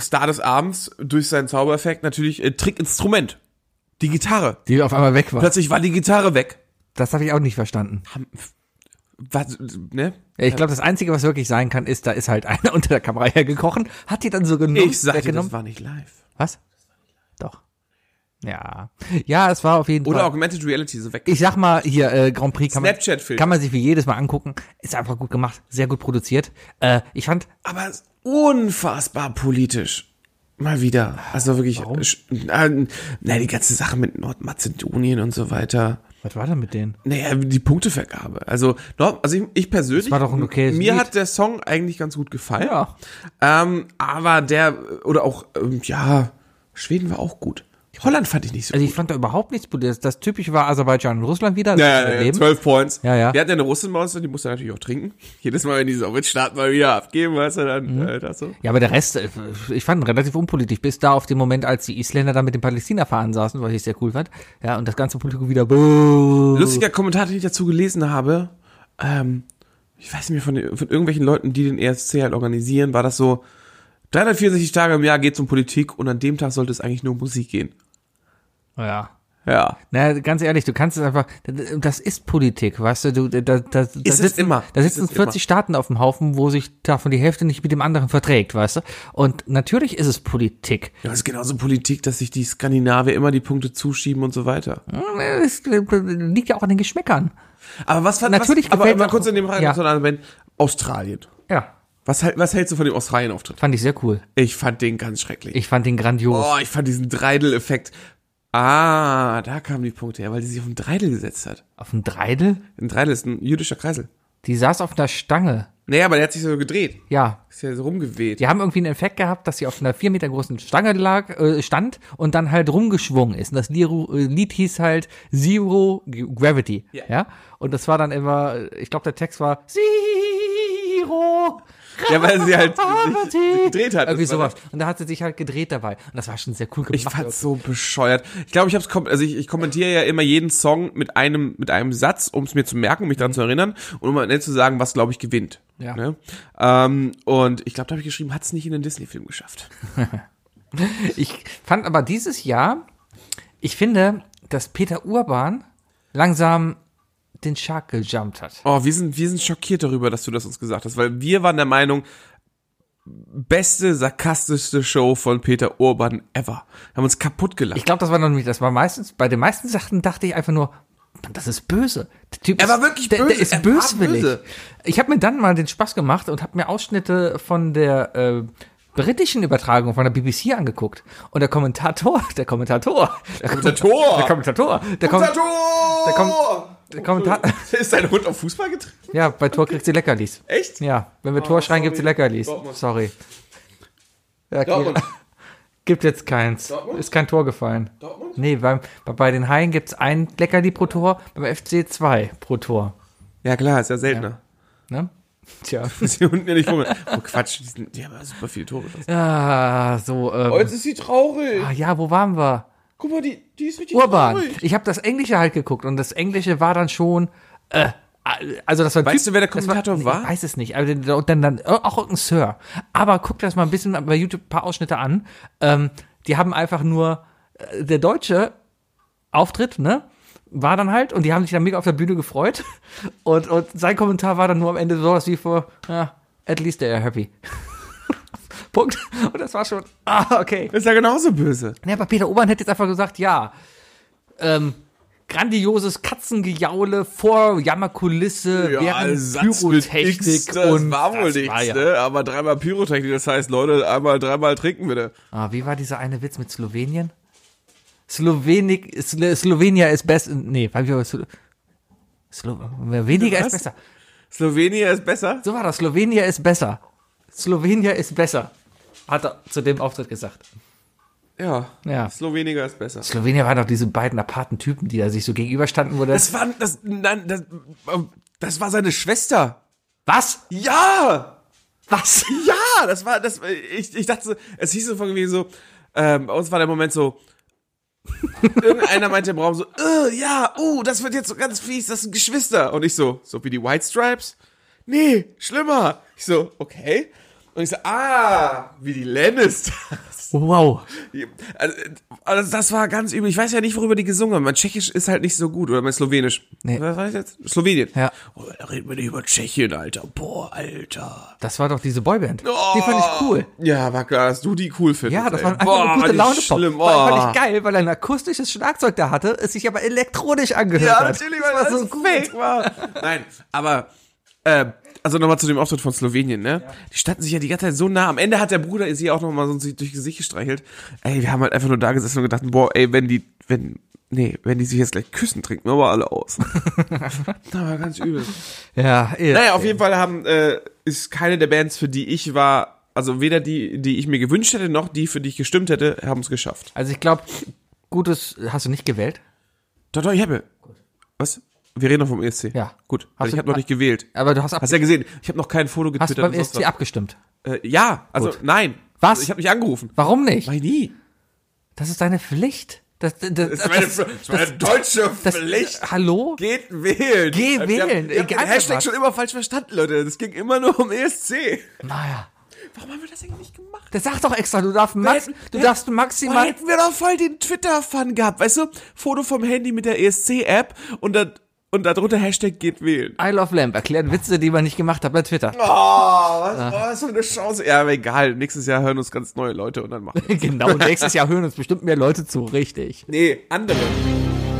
Star des Abends, durch seinen Zaubereffekt, natürlich äh, Trickinstrument. Die Gitarre.
Die auf einmal weg war.
Plötzlich war die Gitarre weg.
Das habe ich auch nicht verstanden.
Was, ne?
Ja, Ich glaube, das Einzige, was wirklich sein kann, ist, da ist halt einer unter der Kamera hergekrochen, hat die dann so genommen,
Ich sag dir, das
weggenommen.
war nicht live.
Was? Doch. Ja. Ja, es war auf jeden
Oder
Fall.
Augmented Reality so weg.
ich sag mal hier, äh, Grand Prix kann man,
Snapchat-Filter.
kann man sich wie jedes Mal angucken. Ist einfach gut gemacht, sehr gut produziert. Äh, ich fand,
aber es ist unfassbar politisch. Mal wieder. Also wirklich. sch- äh, Na, die ganze Sache mit Nordmazedonien und so weiter.
was war denn mit denen?
Naja, die Punktevergabe. Also, Nord also ich, ich persönlich.
Das war doch ein okayes
Mir
Lied.
hat der Song eigentlich ganz gut gefallen.
Ja.
Ähm, aber der, oder auch, ähm, ja, Schweden war auch gut. Holland fand ich nicht so
Also
gut.
ich fand da überhaupt nichts Politisches. Das typische war Aserbaidschan und Russland wieder. das ist daneben.
12 Points.
Ja, ja.
Wir hatten ja eine Russin bei uns und die musste natürlich auch trinken. Jedes Mal, wenn die Sowjetstaaten mal wieder abgeben, weißt du, dann
Mhm.
äh, das so.
Ja, aber der Rest, äh, ich fand ihn relativ unpolitisch, bis da auf den Moment, als die Isländer da mit dem Palästina-Fahren saßen, was ich sehr cool fand. Ja, und das ganze Publikum wieder. Buh.
Lustiger Kommentar, den ich dazu gelesen habe, ähm, ich weiß nicht mehr, von, von irgendwelchen Leuten, die den ESC halt organisieren, war das so, 364 Tage im Jahr geht's um Politik und an dem Tag sollte es eigentlich nur um Musik gehen.
Ja.
Ja.
Na, ganz ehrlich, du kannst es einfach, das ist Politik, weißt du, du da, da, da, da
es
sitzen,
immer.
da
Ist
sitzen
es
40 Staaten auf dem Haufen, wo sich davon die Hälfte nicht mit dem anderen verträgt, weißt du? Und natürlich ist es Politik.
Ja, Das ist genauso Politik, dass sich die Skandinavier immer die Punkte zuschieben und so weiter.
Hm, Es liegt ja auch an den Geschmäckern.
Aber was fand
Natürlich
was, aber
gefällt
mal
auch-
kurz in dem Rein
ja.
ja. Australien.
Ja,
Was, halt- was hältst du von dem Australien-Auftritt?
fand ich sehr cool.
Ich fand den ganz schrecklich.
Ich fand den grandios.
Oh, ich fand diesen Dreidel-Effekt. Ah, da kamen die Punkte her, weil die sich auf den Dreidel gesetzt hat.
Auf dem Dreidel?
Ein Dreidel ist ein jüdischer Kreisel.
Die saß auf einer Stange.
Naja, aber der hat sich so gedreht.
Ja,
Ist ja so rumgeweht.
Die haben irgendwie einen Effekt gehabt, dass sie auf einer vier Meter großen Stange lag, äh, stand und dann halt rumgeschwungen ist. Und das Liru, äh, Lied hieß halt Zero G- Gravity.
Ja.
Ja. Und das war dann immer, äh, ich glaube, der Text war Zero Gravity.
Ja, weil sie halt sich gedreht hat.
Irgendwie
Das war-
sowas. Und da hat sie sich halt gedreht dabei. Und das war schon sehr cool
Ich
gemacht.
fand's so bescheuert. Ich glaube, ich hab's kom also ich, ich kommentiere ja immer jeden Song mit einem mit einem Satz, um es mir zu merken, um mich daran zu erinnern und um am Ende zu sagen, was glaube ich gewinnt.
Mhm. Ja.
Ne? Ähm, und ich glaube, da habe ich geschrieben, hat's nicht in den Disney-Film geschafft.
ich fand aber dieses Jahr, ich finde, dass Peter Urban langsam den Shark gejumpt hat.
Oh, wir sind wir sind schockiert darüber, dass du das uns gesagt hast, weil wir waren der Meinung, beste sarkastischste Show von Peter Urban ever. Wir haben uns kaputt gelacht.
Ich glaube, das war noch nicht, das war meistens, bei den meisten Sachen dachte ich einfach nur, Mann, das ist böse. Der Typ
Er
ist,
war wirklich
der, Der
böse,
ist
er war
böswillig.
böse.
Ich habe mir dann mal den Spaß gemacht und habe mir Ausschnitte von der äh, britischen Übertragung von der BBC angeguckt. Und der Kommentator, der Kommentator, der
Kommentator!
der Kommentator, der, Kom
Da
kommt- der Kommentator,
Ist dein Hund auf Fußball getreten?
ja, bei Tor kriegt sie Leckerlis.
Echt?
Ja, wenn wir Tor schreien,
Oh, sorry.
gibt's sie Leckerlis.
Dortmund.
Sorry. Ja,
Dortmund.
Kira. Gibt jetzt keins.
Dortmund?
Ist kein Tor gefallen.
Dortmund?
Nee, beim, bei, bei den Haien gibt's ein Leckerli pro Tor, beim FC zwei pro Tor.
Ja klar, ist ja seltener.
Ne? Tja.
Dass die Hunde nicht rum. Oh Quatsch, die, sind, die haben ja super viele Tore. geschossen.
Ah, so, ähm,
ist sie traurig.
ah, ja, wo waren wir?
Guck mal, die, die ist richtig
Urban. Ich habe das Englische halt geguckt und das Englische war dann schon. Äh, also das war ein
Weißt du, wer der
das
Kommentator war?
Ich weiß es nicht. Also, dann, dann, auch irgendein Sir. Aber guck das mal ein bisschen bei YouTube ein paar Ausschnitte an. Ähm, die haben einfach nur äh, der deutsche Auftritt, ne? War dann halt und die haben sich dann mega auf der Bühne gefreut. Und, und sein Kommentar war dann nur am Ende sowas wie vor, ja, at least they are happy. Punkt. Und das war schon, ah, okay.
Ist ja genauso böse.
Ja, aber Peter Obern hätte jetzt einfach gesagt, ja, ähm, grandioses Katzengejaule vor Jammerkulisse, während Pyrotechnik und das war ne? ja-
ne? Aber dreimal Pyrotechnik, das heißt, Leute, einmal, dreimal trinken bitte.
Ah, wie war dieser eine Witz mit Slowenien? Slowenik, Slo Slowenia ist besser. Nee, hab ich aber Slo Slo weniger ist
Was?
besser.
Slowenien ist besser?
So war das. Slowenia ist besser. Slowenia ist besser. Hat er zu dem Auftritt gesagt.
Ja.
Ja.
Sloweniger ist besser.
Slowenia waren doch diese beiden aparten Typen, die da sich so gegenüberstanden, wo das.
Das äh, war, das, nein, das, das war seine Schwester.
Was?
Ja!
Was?
Ja, das war, das, ich, ich dachte, so, es hieß so von wegen so, ähm, bei uns war der Moment so, irgendeiner meinte im Raum so, äh, ja, uh, das wird jetzt so ganz fies, das sind Geschwister. Und ich so, so wie die White Stripes? Nee, schlimmer. Ich so, okay. Und ich so, ah, wie die Lannisters.
Wow.
Also, also das war ganz übel. Ich weiß ja nicht, worüber die gesungen haben. Mein Tschechisch ist halt nicht so gut oder mein Slowenisch.
Nee.
Was war ich jetzt? Slowenien.
Ja.
Oh, da reden wir nicht über Tschechien, Alter. Boah, Alter.
Das war doch diese Boyband. Die fand ich cool.
Ja, war klar, dass du die cool findest.
Ja, das
Oh. ey.
war einfach
Boah,
nur gute
die
laune pop
Schlimm. Oh.
War fand ich geil, weil er ein akustisches Schlagzeug da hatte, es sich aber elektronisch angehört
Ja,
hat.
natürlich, weil
das
das
war so
so
gut.
fake war. Nein, aber äh, also nochmal zu dem Auftritt von Slowenien, ne? Die standen sich ja die ganze Zeit so nah. Am Ende hat der Bruder sie auch nochmal so durch Gesicht gestreichelt. Ey, wir haben halt einfach nur da gesessen und gedacht, boah, ey, wenn die, wenn, nee, wenn die sich jetzt gleich küssen, trinken wir aber alle aus. das war ganz übel.
Ja, eh.
Naja, auf jeden Fall haben, äh, ist keine der Bands, für die ich war, also weder die, die ich mir gewünscht hätte, noch die, für die ich gestimmt hätte, haben es geschafft.
Also ich glaube, gutes hast du nicht gewählt,
Doch, doch, ich habe. Was? Wir reden noch vom ESC.
Ja.
Gut.
Hast
Weil ich
du-
habe noch nicht gewählt.
aber du hast ab
Hast ja gesehen, ich habe noch kein Foto
hast
getwittert.
beim E
und sonst
ESC abgestimmt.
was. Äh, ja, also
Gut.
nein.
Was?
Also, ich habe nicht angerufen.
Warum nicht?
Mach ich nie.
Das ist deine Pflicht. Das, das, das,
Das ist meine, das, meine deutsche
das,
Pflicht.
Hallo?
Geht wählen. Also
Geh
Wir haben-
wählen,
wir haben
egal
den Hashtag
was.
schon immer falsch verstanden, Leute. Das ging immer nur um ESC.
Naja.
Warum haben wir das eigentlich nicht gemacht?
Das sagt doch extra, du darfst, max,
hätten-
du
wir
darfst
Da
maximal.
hätten wir doch voll den Twitter-Fun gehabt. Weißt du, Foto vom Handy mit der ESC-App und, da, und darunter Hashtag geht wählen.
I love Lamp erklären Witze, die man nicht gemacht hat bei Twitter.
Oh, was, was für eine Chance. Ja, aber egal. Nächstes Jahr hören uns ganz neue Leute und dann machen wir.
genau, nächstes Jahr hören uns bestimmt mehr Leute zu, richtig.
Nee, andere.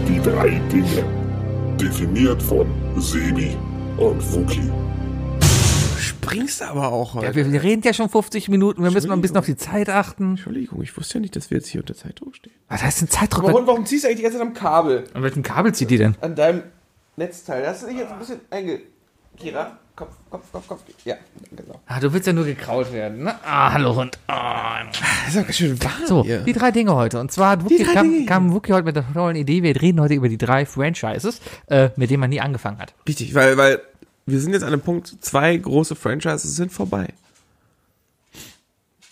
Die drei Dinge. Definiert von Sebi und Wookie.
Springst aber auch heute.
Ja, wir, wir reden ja schon 50 Minuten, wir müssen mal ein bisschen auf die Zeit achten.
Entschuldigung, ich wusste ja nicht, dass wir jetzt hier unter Zeitdruck stehen.
Was heißt denn Zeitdruck?
Warum, warum ziehst du eigentlich die ganze Zeit am Kabel?
An welchem Kabel zieht die denn?
An deinem Netzteil. Hast du dich jetzt ein bisschen einge... Kira, Kopf, Kopf, Kopf, Kopf. Ja, genau.
Ah, du willst ja nur gekrault werden, ne? Ah, hallo Hund. Ah.
Das ist doch ganz schön warm
So,
hier.
die drei Dinge heute. Und zwar hat Wookie,
drei
kam,
Dinge.
kam Wookie heute mit der tollen Idee, wir reden heute über die drei Franchises, äh, mit denen man nie angefangen hat.
Richtig, weil, weil wir sind jetzt an dem Punkt, zwei große Franchises sind vorbei.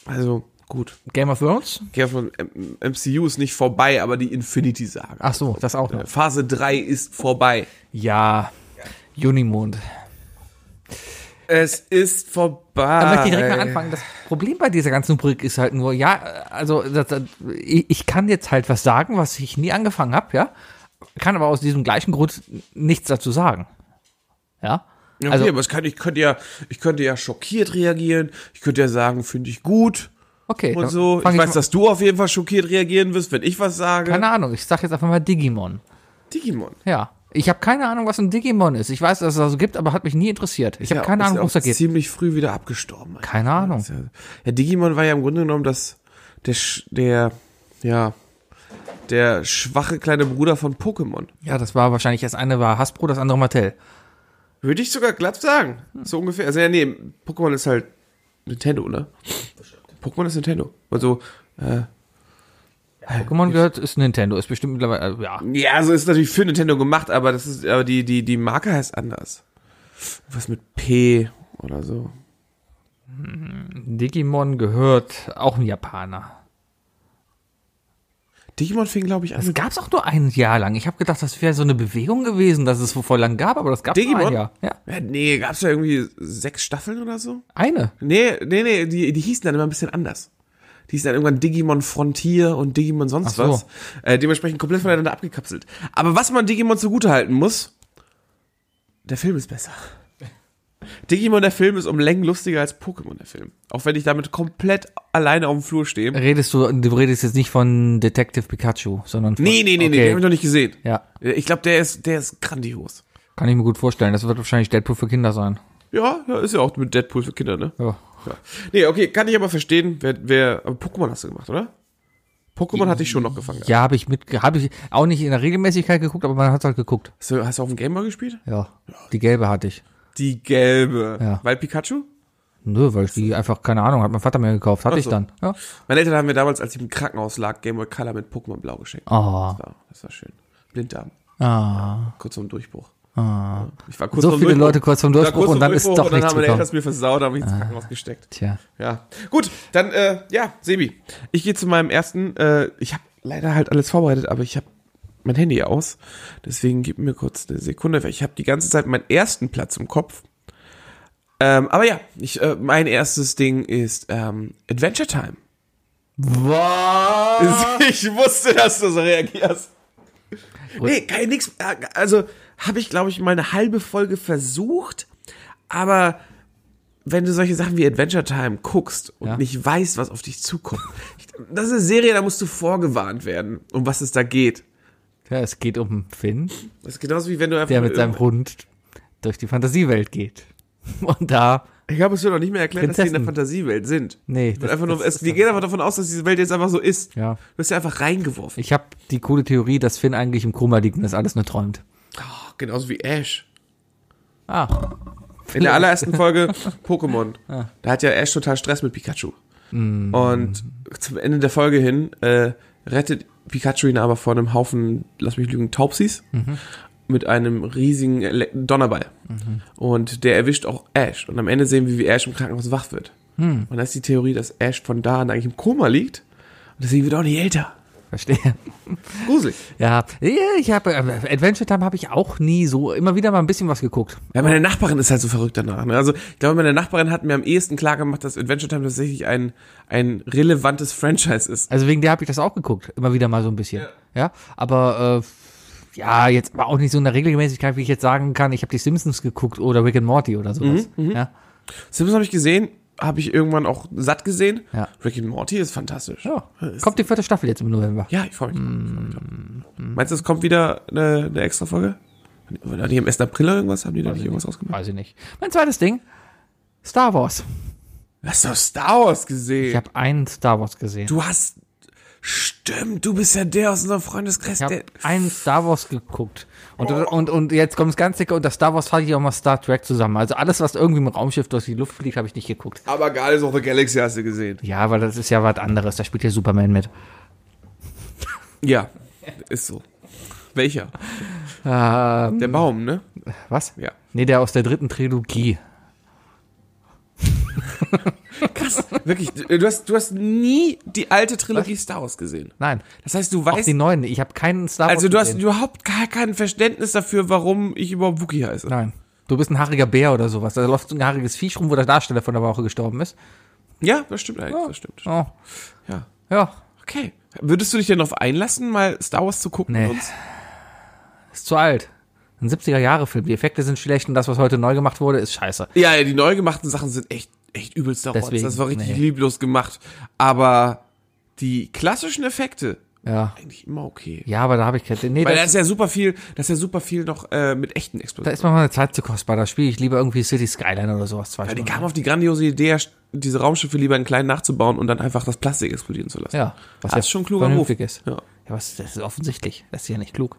Also, gut.
Game of Thrones?
Care von M- MCU ist nicht vorbei, aber die Infinity-Saga.
Ach so, das auch noch.
Phase 3 ist vorbei.
Ja, Junimond.
Es ist vorbei.
Da möchte ich direkt mal anfangen. Das Problem bei dieser ganzen Rubrik ist halt nur, ja, also das, das, ich ich kann jetzt halt was sagen, was ich nie angefangen habe, ja, kann aber aus diesem gleichen Grund nichts dazu sagen. Ja,
Ja, okay,
also
aber es kann, ich, könnte ja, ich könnte ja schockiert reagieren. Ich könnte ja sagen, finde ich gut
okay.
und
dann
so. Ich
fang
weiß,
mal-
dass du auf jeden Fall schockiert reagieren wirst, wenn ich was sage.
Keine Ahnung. Ich sag jetzt einfach mal Digimon.
Digimon.
Ja, ich habe keine Ahnung, was ein Digimon ist. Ich weiß, dass es das so gibt, aber hat mich nie interessiert. Ich habe
Ja,
keine
ist
Ahnung,
ja
worum es da
auch
geht.
ziemlich früh wieder abgestorben. eigentlich.
Keine Ahnung.
Ist Ja, ja, Digimon war ja im Grunde genommen das, der, sch- der, ja, der schwache kleine Bruder von Pokémon.
Ja, das war wahrscheinlich das eine war Hasbro, das andere Mattel.
Würde ich sogar glatt sagen.
Hm.
So ungefähr. Also ja, nee, Pokémon ist halt Nintendo, ne? Pokémon ist Nintendo. Also, äh,
Pokémon gehört ist Nintendo, ist bestimmt mittlerweile äh, ja.
ja, so ist natürlich für Nintendo gemacht, aber das ist, aber die, die, die Marke heißt anders. Was mit P oder so.
Digimon gehört auch ein Japaner.
Digimon fing, glaube ich, an.
Das
mit-
gab es auch nur ein Jahr lang. Ich habe gedacht, das wäre so eine Bewegung gewesen, dass es vor lang gab, aber das gab es nur ein
Digimon?
Jahr. Ja,
Ja, nee, gab's da irgendwie sechs Staffeln oder so?
eine.
Nee, nee, nee, die, die hießen dann immer ein bisschen anders. Die hießen dann irgendwann Digimon Frontier und Digimon sonst
Ach so.
was. Äh, dementsprechend komplett voneinander abgekapselt. Aber was man Digimon zugutehalten muss, der Film ist besser. Digimon der Film ist um Längen lustiger als Pokémon der Film. Auch wenn ich damit komplett alleine auf dem Flur stehe.
Redest du, du redest jetzt nicht von Detective Pikachu, sondern von,
Nee, nee, nee, nee, den
okay.
habe ich noch nicht gesehen. Äh,
Ja,
Ich glaube, der ist, der ist grandios.
kann ich mir gut vorstellen. Das wird wahrscheinlich Deadpool für Kinder sein.
Ja, ja, ist ja auch mit Deadpool für Kinder, ne?
Ja.
Ja. Nee, okay, kann ich aber verstehen, wer, wer, aber Pokémon hast du gemacht, oder? Pokémon hatte ich schon noch gefangen.
Ja, habe ich mit, habe ich auch nicht in der Regelmäßigkeit geguckt, aber man hat halt geguckt.
Hast du, hast du auf dem Gameboy gespielt?
Ja, die gelbe hatte ich.
Die gelbe.
Ja.
Weil Pikachu?
Nö, weil ich die einfach, keine Ahnung, hat mein Vater mir gekauft. Hatte ich
so.
dann. Ja.
Meine Eltern haben mir damals, als ich im Krankenhaus lag, Gameboy Color mit Pokémon Blau geschenkt.
Oh.
Das, war, das war schön. Blinddarm.
Ah.
Kurz zum Durchbruch. Ich war kurz
So
vorm
viele
Durchbruch.
Leute kurz vorm
Ich war
Durchbruch und
vorm
dann ist
Durchbruch
doch
und dann
nichts
haben meine
gekommen.
Eltern es mir versaut, da habe ich ins Krankenhaus gesteckt.
Tja.
Ja. Gut, dann, äh, ja, Sebi. Ich gehe zu meinem ersten, äh, ich habe leider halt alles vorbereitet, aber ich habe mein Handy aus. Deswegen gib mir kurz eine Sekunde. weil Ich habe die ganze Zeit meinen ersten Platz im Kopf. Ähm, aber ja, ich, äh, mein erstes Ding ist ähm, Adventure Time.
Was?
Ich wusste, dass du so reagierst. Nee, kein nix. äh, Also habe ich, glaube ich, mal eine halbe Folge versucht, aber wenn du solche Sachen wie Adventure Time guckst und
Ja.
nicht weißt, was auf dich zukommt, ich- das ist eine Serie, da musst du vorgewarnt werden, um was es da geht.
Ja, es geht um Finn,
Das ist genauso wie wenn du einfach. äh,
der mit seinem Hund durch die Fantasiewelt geht. Und da,
ich glaube, es wird auch nicht mehr erklärt, dass die in
Prinzessin.
der Fantasiewelt sind.
Nee,
das,
das-
einfach nur,
das
es,
ist
wir gehen einfach davon aus, dass diese Welt jetzt einfach so ist.
Ja.
Du bist ja einfach reingeworfen.
ich habe die coole Theorie, dass Finn eigentlich im Koma liegt und das alles nur träumt.
Ah, genauso wie Ash.
Ah,
In der allerersten Folge Pokémon. Da hat ja Ash total Stress mit Pikachu. Und zum Ende der Folge hin äh, rettet Pikachu ihn aber vor einem Haufen, lass mich lügen, Taubsis mit einem riesigen Ele- Donnerball. Und der erwischt auch Ash. Und am Ende sehen wir, wie Ash im Krankenhaus wach wird. Und das ist die Theorie, dass Ash von da an eigentlich im Koma liegt. Und deswegen wird er auch nicht älter.
verstehe.
Gruselig.
Ja, ja, ich habe äh, Adventure Time habe ich auch nie so immer wieder mal ein bisschen was geguckt.
Ja, meine Nachbarin ist halt so verrückt danach. Ne? Also ich glaube, meine Nachbarin hat mir am ehesten klar gemacht, dass Adventure Time tatsächlich ein, ein relevantes Franchise ist.
Also wegen der habe ich das auch geguckt, immer wieder mal so ein bisschen. Ja, aber äh, ja, jetzt aber auch nicht so in der Regelmäßigkeit, wie ich jetzt sagen kann, ich habe die Simpsons geguckt oder Rick and Morty oder sowas. ja.
Simpsons habe ich gesehen, habe ich irgendwann auch satt gesehen.
Ja.
Rick and Morty ist fantastisch.
ja. Mm.
Ist-
Kommt die vierte Staffel jetzt im November.
Ja, ich freue mich. drauf. Meinst du, es kommt wieder eine, eine extra Folge? Haben die am 1. April irgendwas? Haben die da nicht irgendwas rausgemacht?
Weiß ich nicht. Mein zweites Ding, Star Wars.
Hast du Star Wars gesehen?
Ich habe einen Star Wars gesehen.
du hast. Stimmt, du bist ja der aus unserem Freundeskreis.
ich habe
Der,
einen Star Wars geguckt. Und, und, und jetzt kommt es ganz dicker unter Star Wars fasse ich auch mal Star Trek zusammen. Also alles, was irgendwie mit Raumschiff durch die Luft fliegt, habe ich nicht geguckt.
aber Guardians of the Galaxy hast du gesehen.
Ja, weil das ist ja was anderes. Da spielt ja Superman mit.
Ja, ist so. Welcher?
Ähm.
der Baum, ne?
Was?
Ja.
Nee, der aus der dritten Trilogie.
Krass. Wirklich, du du hast, du hast nie die alte Trilogie Star Wars gesehen.
Nein.
Das heißt, du
Auch
weißt,
die neuen. Ich habe keinen Star Wars
also du hast
gesehen.
überhaupt gar kein Verständnis dafür, warum ich überhaupt Wookie heiße.
Nein. Du bist ein haariger Bär oder sowas. Da läuft so ein haariges Viech rum, wo der Darsteller von der Woche gestorben ist.
Ja, das stimmt eigentlich, das stimmt.
Oh.
Ja.
Ja.
Okay. Würdest du dich denn darauf einlassen, mal Star Wars zu gucken?
Nee.
mit uns?
Ist zu alt. Ein 70er-Jahre-Film. Die Effekte sind schlecht und das, was heute neu gemacht wurde, ist scheiße.
Ja, ja, die neu gemachten Sachen sind echt, echt übel Star Wars.
Deswegen,
Das war richtig
nee.
lieblos gemacht. Aber die klassischen Effekte,
Ja.
eigentlich immer okay.
Ja, aber da habe ich keine. Nee,
Weil
das-
da ist ja super viel, da ist ja super viel noch äh, mit echten
Da
Explosionen.
ist mir mal eine Zeit zu kostbar. Da spiele ich lieber irgendwie City Skyline oder sowas. Zwei
Ja, die
Stunden.
kamen auf die grandiose Idee, diese Raumschiffe lieber in klein nachzubauen und dann einfach das Plastik explodieren zu lassen.
ja, was
das ist schon ein kluger Move.
vernünftig ist.
Ja.
Ja, was, das ist offensichtlich. Das ist ja nicht klug.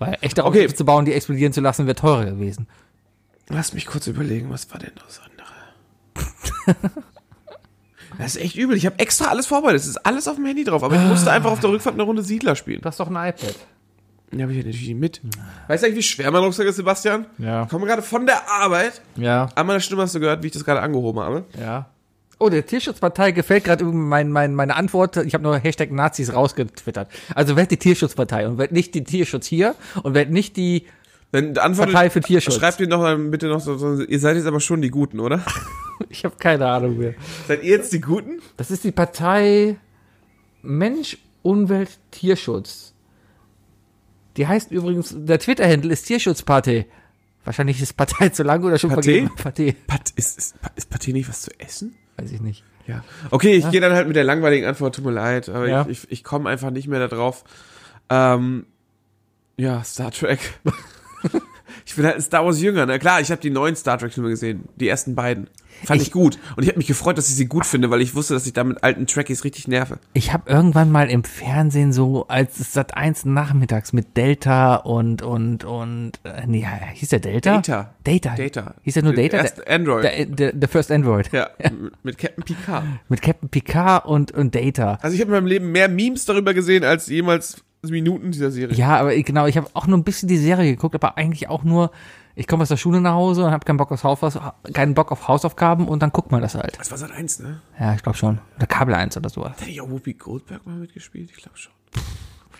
Weil echte
Okay.
Autos zu bauen, die explodieren zu lassen, wäre teurer gewesen.
Lass mich kurz überlegen, was war denn das andere? das ist echt übel. Ich habe extra alles vorbereitet. Es ist alles auf dem Handy drauf, aber ich musste einfach auf der Rückfahrt eine Runde Siedler spielen.
Du hast doch ein iPad.
Den habe ich ja natürlich nicht mit. Weißt du eigentlich, wie schwer mein Rucksack ist, Sebastian?
Ja.
Ich komme gerade von der Arbeit.
Ja,
An meiner Stimme hast du gehört, wie ich das gerade angehoben habe.
ja. Oh, der Tierschutzpartei gefällt gerade übrigens mein, mein, meine Antwort. Ich habe nur Hashtag Nazis rausgetwittert. Also wählt die Tierschutzpartei und wählt nicht die Tierschutz hier und wählt nicht die.
Dann antworte,
Partei für Tierschutz.
Schreibt dir noch ähm, bitte noch so, so, ihr seid jetzt aber schon die Guten, oder?
Ich habe keine Ahnung mehr.
seid ihr jetzt die Guten?
Das ist die Partei Mensch, Umwelt, Tierschutz. Die heißt übrigens, der Twitter-Handle ist Tierschutzpartei. Wahrscheinlich ist Partei zu lang oder schon
Partei?
vergeben. Partei,
Pat, ist, ist, ist Pathé nicht was zu essen?
weiß ich nicht.
Ja. Okay, ich gehe dann halt mit der langweiligen Antwort, tut mir leid, aber
Ja.
ich, ich, ich komme einfach nicht mehr da drauf. Ähm, ja, Star Trek. ich bin halt ein Star Wars Jünger, na klar, ich habe die neuen Star Trek Filme gesehen, die ersten beiden. Fand ich,
Ich-
gut und ich habe mich gefreut, dass ich sie gut finde, weil ich wusste, dass ich damit alten Trekkies richtig nerve.
Ich habe irgendwann mal im Fernsehen so, als es Sat 1 nachmittags mit Delta und, und, und, äh, nee, hieß der Delta?
Data.
Data.
Data.
Hieß der nur
Der
Data?
erste Android.
Der, der, der First Android.
Ja, m- mit Captain Picard.
Mit Captain Picard und, und Data.
Also ich habe in meinem Leben mehr Memes darüber gesehen als jemals Minuten dieser Serie.
Ja, aber ich- genau, ich habe auch nur ein bisschen die Serie geguckt, aber eigentlich auch nur, ich komme aus der Schule nach Hause und habe keinen Bock auf Haus, keinen Bock auf Hausaufgaben und dann guckt man das halt.
Das war Sat 1, ne?
Ja, ich glaube schon. Oder Kabel 1 oder sowas.
Hätte ich auch Whoopi Goldberg mal mitgespielt? Ich glaube schon.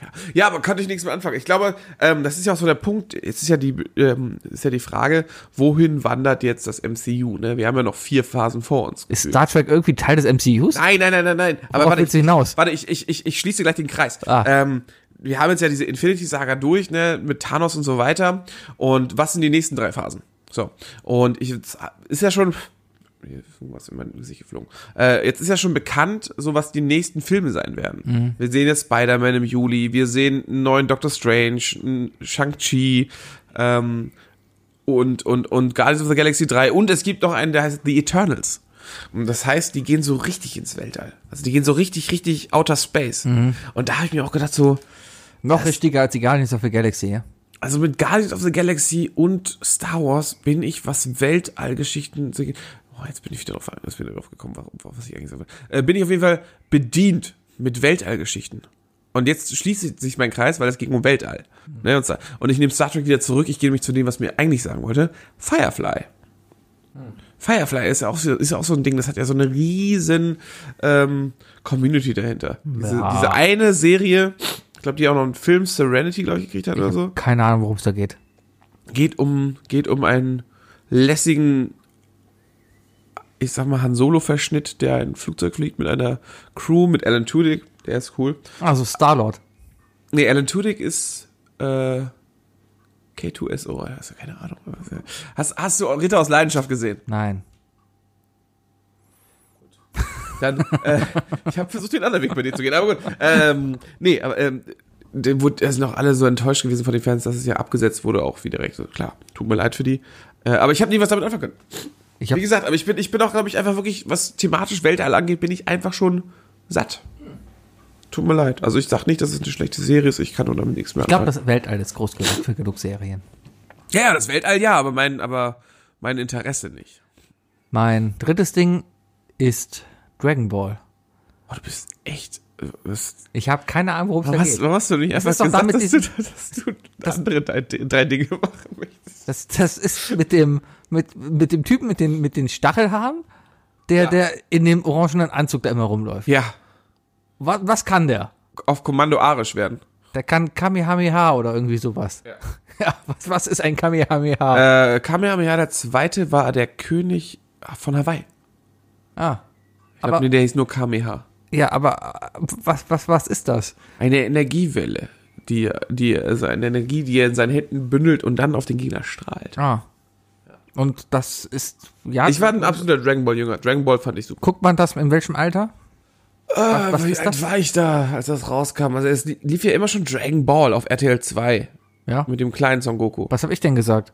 Ja. Ja, aber konnte ich nichts mit anfangen. Ich glaube, ähm, das ist ja auch so der Punkt. Jetzt ist ja die, ähm, ist ja die Frage, wohin wandert jetzt das MCU? Ne? Wir haben ja noch vier Phasen vor uns.
Ist Star Trek irgendwie Teil des MCUs?
Nein, nein, nein, nein, nein. Aber
Worauf
warte,
willst du hinaus?
Warte, ich, ich, ich, ich schließe gleich den Kreis.
Ah.
Ähm, wir haben jetzt ja diese Infinity-Saga durch, ne, mit Thanos und so weiter. Und was sind die nächsten drei Phasen? So. Und ich, jetzt ist ja schon, hier ist irgendwas in mein Gesicht geflogen. Äh, jetzt ist ja schon bekannt, so was die nächsten Filme sein werden.
Mhm.
Wir sehen jetzt Spider-Man im Juli, wir sehen einen neuen Doctor Strange, einen Shang-Chi, ähm, und, und, und Guardians of the Galaxy 3 und es gibt noch einen, der heißt The Eternals. Und das heißt, die gehen so richtig ins Weltall. Also die gehen so richtig, richtig Outer Space. Und da habe ich mir auch gedacht, so,
Noch richtiger als die Guardians of the Galaxy, ja.
also mit Guardians of the Galaxy und Star Wars bin ich, was Weltallgeschichten. so geht- Oh, jetzt bin ich wieder drauf, jetzt bin ich drauf gekommen, warum, was ich eigentlich sagen will. Äh, bin ich auf jeden Fall bedient mit Weltallgeschichten. Und jetzt schließt sich mein Kreis, weil es ging um Weltall. Ne, und, Star- und ich nehme Star Trek wieder zurück, ich gehe nämlich zu dem, was mir eigentlich sagen wollte. Firefly. Firefly ist ja auch, so- ist ja auch so ein Ding, das hat ja so eine riesen ähm, Community dahinter. Diese,
Ja.
diese eine Serie, ich glaube, die auch noch einen Film Serenity, glaube ich, gekriegt hat oder so
Also, Keine Ahnung, worum es da geht.
geht um, geht um einen lässigen, ich sag mal, Han Solo-Verschnitt, der ein Flugzeug fliegt mit einer Crew, mit Alan Tudyk, der ist cool.
Also Star-Lord.
Nee, Alan Tudyk ist äh, K2SO, also keine Ahnung. Hast, hast du Ritter aus Leidenschaft gesehen?
Nein.
Dann, äh, ich habe versucht, den anderen Weg bei dir zu gehen, aber gut. Ähm, nee, aber ähm, der wurde er sind noch alle so enttäuscht gewesen von den Fans, dass es ja abgesetzt wurde, auch wieder recht. So, Klar, tut mir leid für die. Äh, aber ich habe nie was damit anfangen können.
Ich hab,
Wie gesagt, aber ich bin, ich bin auch, glaube ich, einfach wirklich, was thematisch Weltall angeht, bin ich einfach schon satt. Tut mir leid. Also ich sag nicht, dass es eine schlechte Serie ist, ich kann nur damit nichts mehr
ich glaube, das Weltall ist groß genug für genug Serien.
ja, ja, das Weltall ja, aber mein, aber mein Interesse nicht.
Mein drittes Ding ist Dragon Ball.
Oh, du bist echt. äh, Was,
Ich habe keine Ahnung, worum es da
was,
geht.
was hast du nicht
Das
einfach
ist doch
gesagt,
damit
dass du, dass du andere drei, drei Dinge machen möchtest?
Das, das ist mit dem, mit, mit dem Typen mit den, mit den Stachelhaaren, der,
Ja.
der in dem orangenen Anzug da immer rumläuft.
Ja,
Was, was kann der?
auf Kommando arisch werden.
Der kann Kamehameha oder irgendwie sowas. Ja. was, was ist ein Kamehameha?
Äh, Kamehameha der Zweite war der König von Hawaii.
Ah.
Ich glaube,
Aber-
nee, der hieß nur Kamehameha.
Ja, aber äh, was, was, was ist das?
Eine Energiewelle, die, die, also eine Energie, die er in seinen Händen bündelt und dann auf den Gegner strahlt.
Ah. Und das ist, ja.
Ich war ein absoluter Dragon Ball-Jünger. Dragon Ball fand ich super.
Guckt man das in welchem Alter?
Ah,
was
wie
ist
alt
das?
war ich da, als das rauskam? Also es li- lief ja immer schon Dragon Ball auf RTL 2
Ja.
mit dem kleinen Son Goku.
Was habe ich denn gesagt?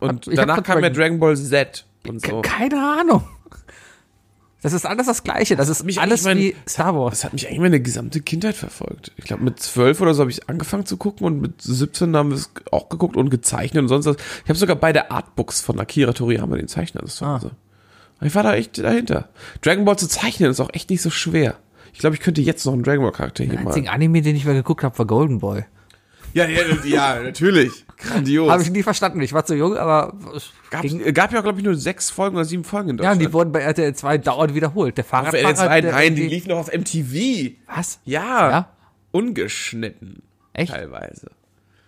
Und
hab- ich hab
danach
grad
kam ja
Dragon-
Dragon Ball Z und
Ke-
so.
Keine Ahnung. Das ist alles das Gleiche. Das ist
mich
alles
eigentlich
wie
mein-
Star Wars.
Das hat mich eigentlich meine gesamte Kindheit verfolgt. Ich glaube, mit zwölf oder so habe ich angefangen zu gucken und mit 17 haben wir es auch geguckt und gezeichnet und sonst was. Ich habe sogar beide Artbooks von Akira Toriyama, den Zeichner, das
Ah.
war so. Ich war da echt dahinter. Dragon Ball zu zeichnen ist auch echt nicht so schwer. Ich glaube, ich könnte jetzt noch einen Dragon Ball Charakter hier
Der
malen.
einzige Anime, den ich mal geguckt habe, war Golden Boy.
Ja, ja, ja, natürlich. Grandios.
Habe ich nie verstanden. Ich war zu jung, aber es
gab,
ging,
gab ja, glaube ich, nur sechs Folgen oder sieben Folgen in
ja,
Deutschland.
und die wurden bei RTL 2 dauernd wiederholt. Der
auf
Fahrradfahrer,
LS1,
der
nein, die
irgendwie-
liefen noch auf MTV.
Was?
Ja.
Ja?
Ungeschnitten.
Echt?
Teilweise.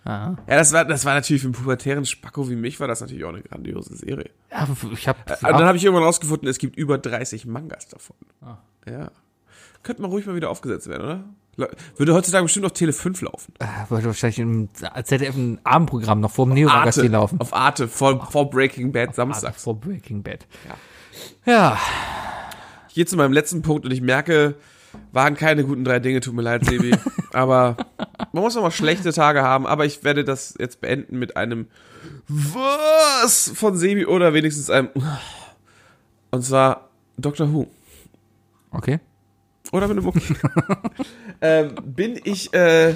Ah.
Ja, das war, das war natürlich für einen pubertären Spacko wie mich, war das natürlich auch eine grandiose Serie.
Ja, ich habe
Aber Äh, dann habe ich irgendwann rausgefunden, es gibt über 30 Mangas davon.
Ah.
Ja. Könnte mal ruhig mal wieder aufgesetzt werden, oder? Le- Würde heutzutage bestimmt auf Tele 5 laufen.
würde äh, wahrscheinlich im ZDF ein Abendprogramm noch vor dem Neo-Magazin laufen.
Auf Arte, vor, vor Breaking Bad
Also
Samstag.
vor Breaking Bad. Ja.
Ich gehe zu meinem letzten Punkt und ich merke, waren keine guten drei Dinge, tut mir leid, Sebi. aber man muss auch mal schlechte Tage haben, aber ich werde das jetzt beenden mit einem Was von Sebi oder wenigstens einem Und zwar Dr. Who.
Okay.
Oder mit einem Mucki. ähm, bin ich. Äh,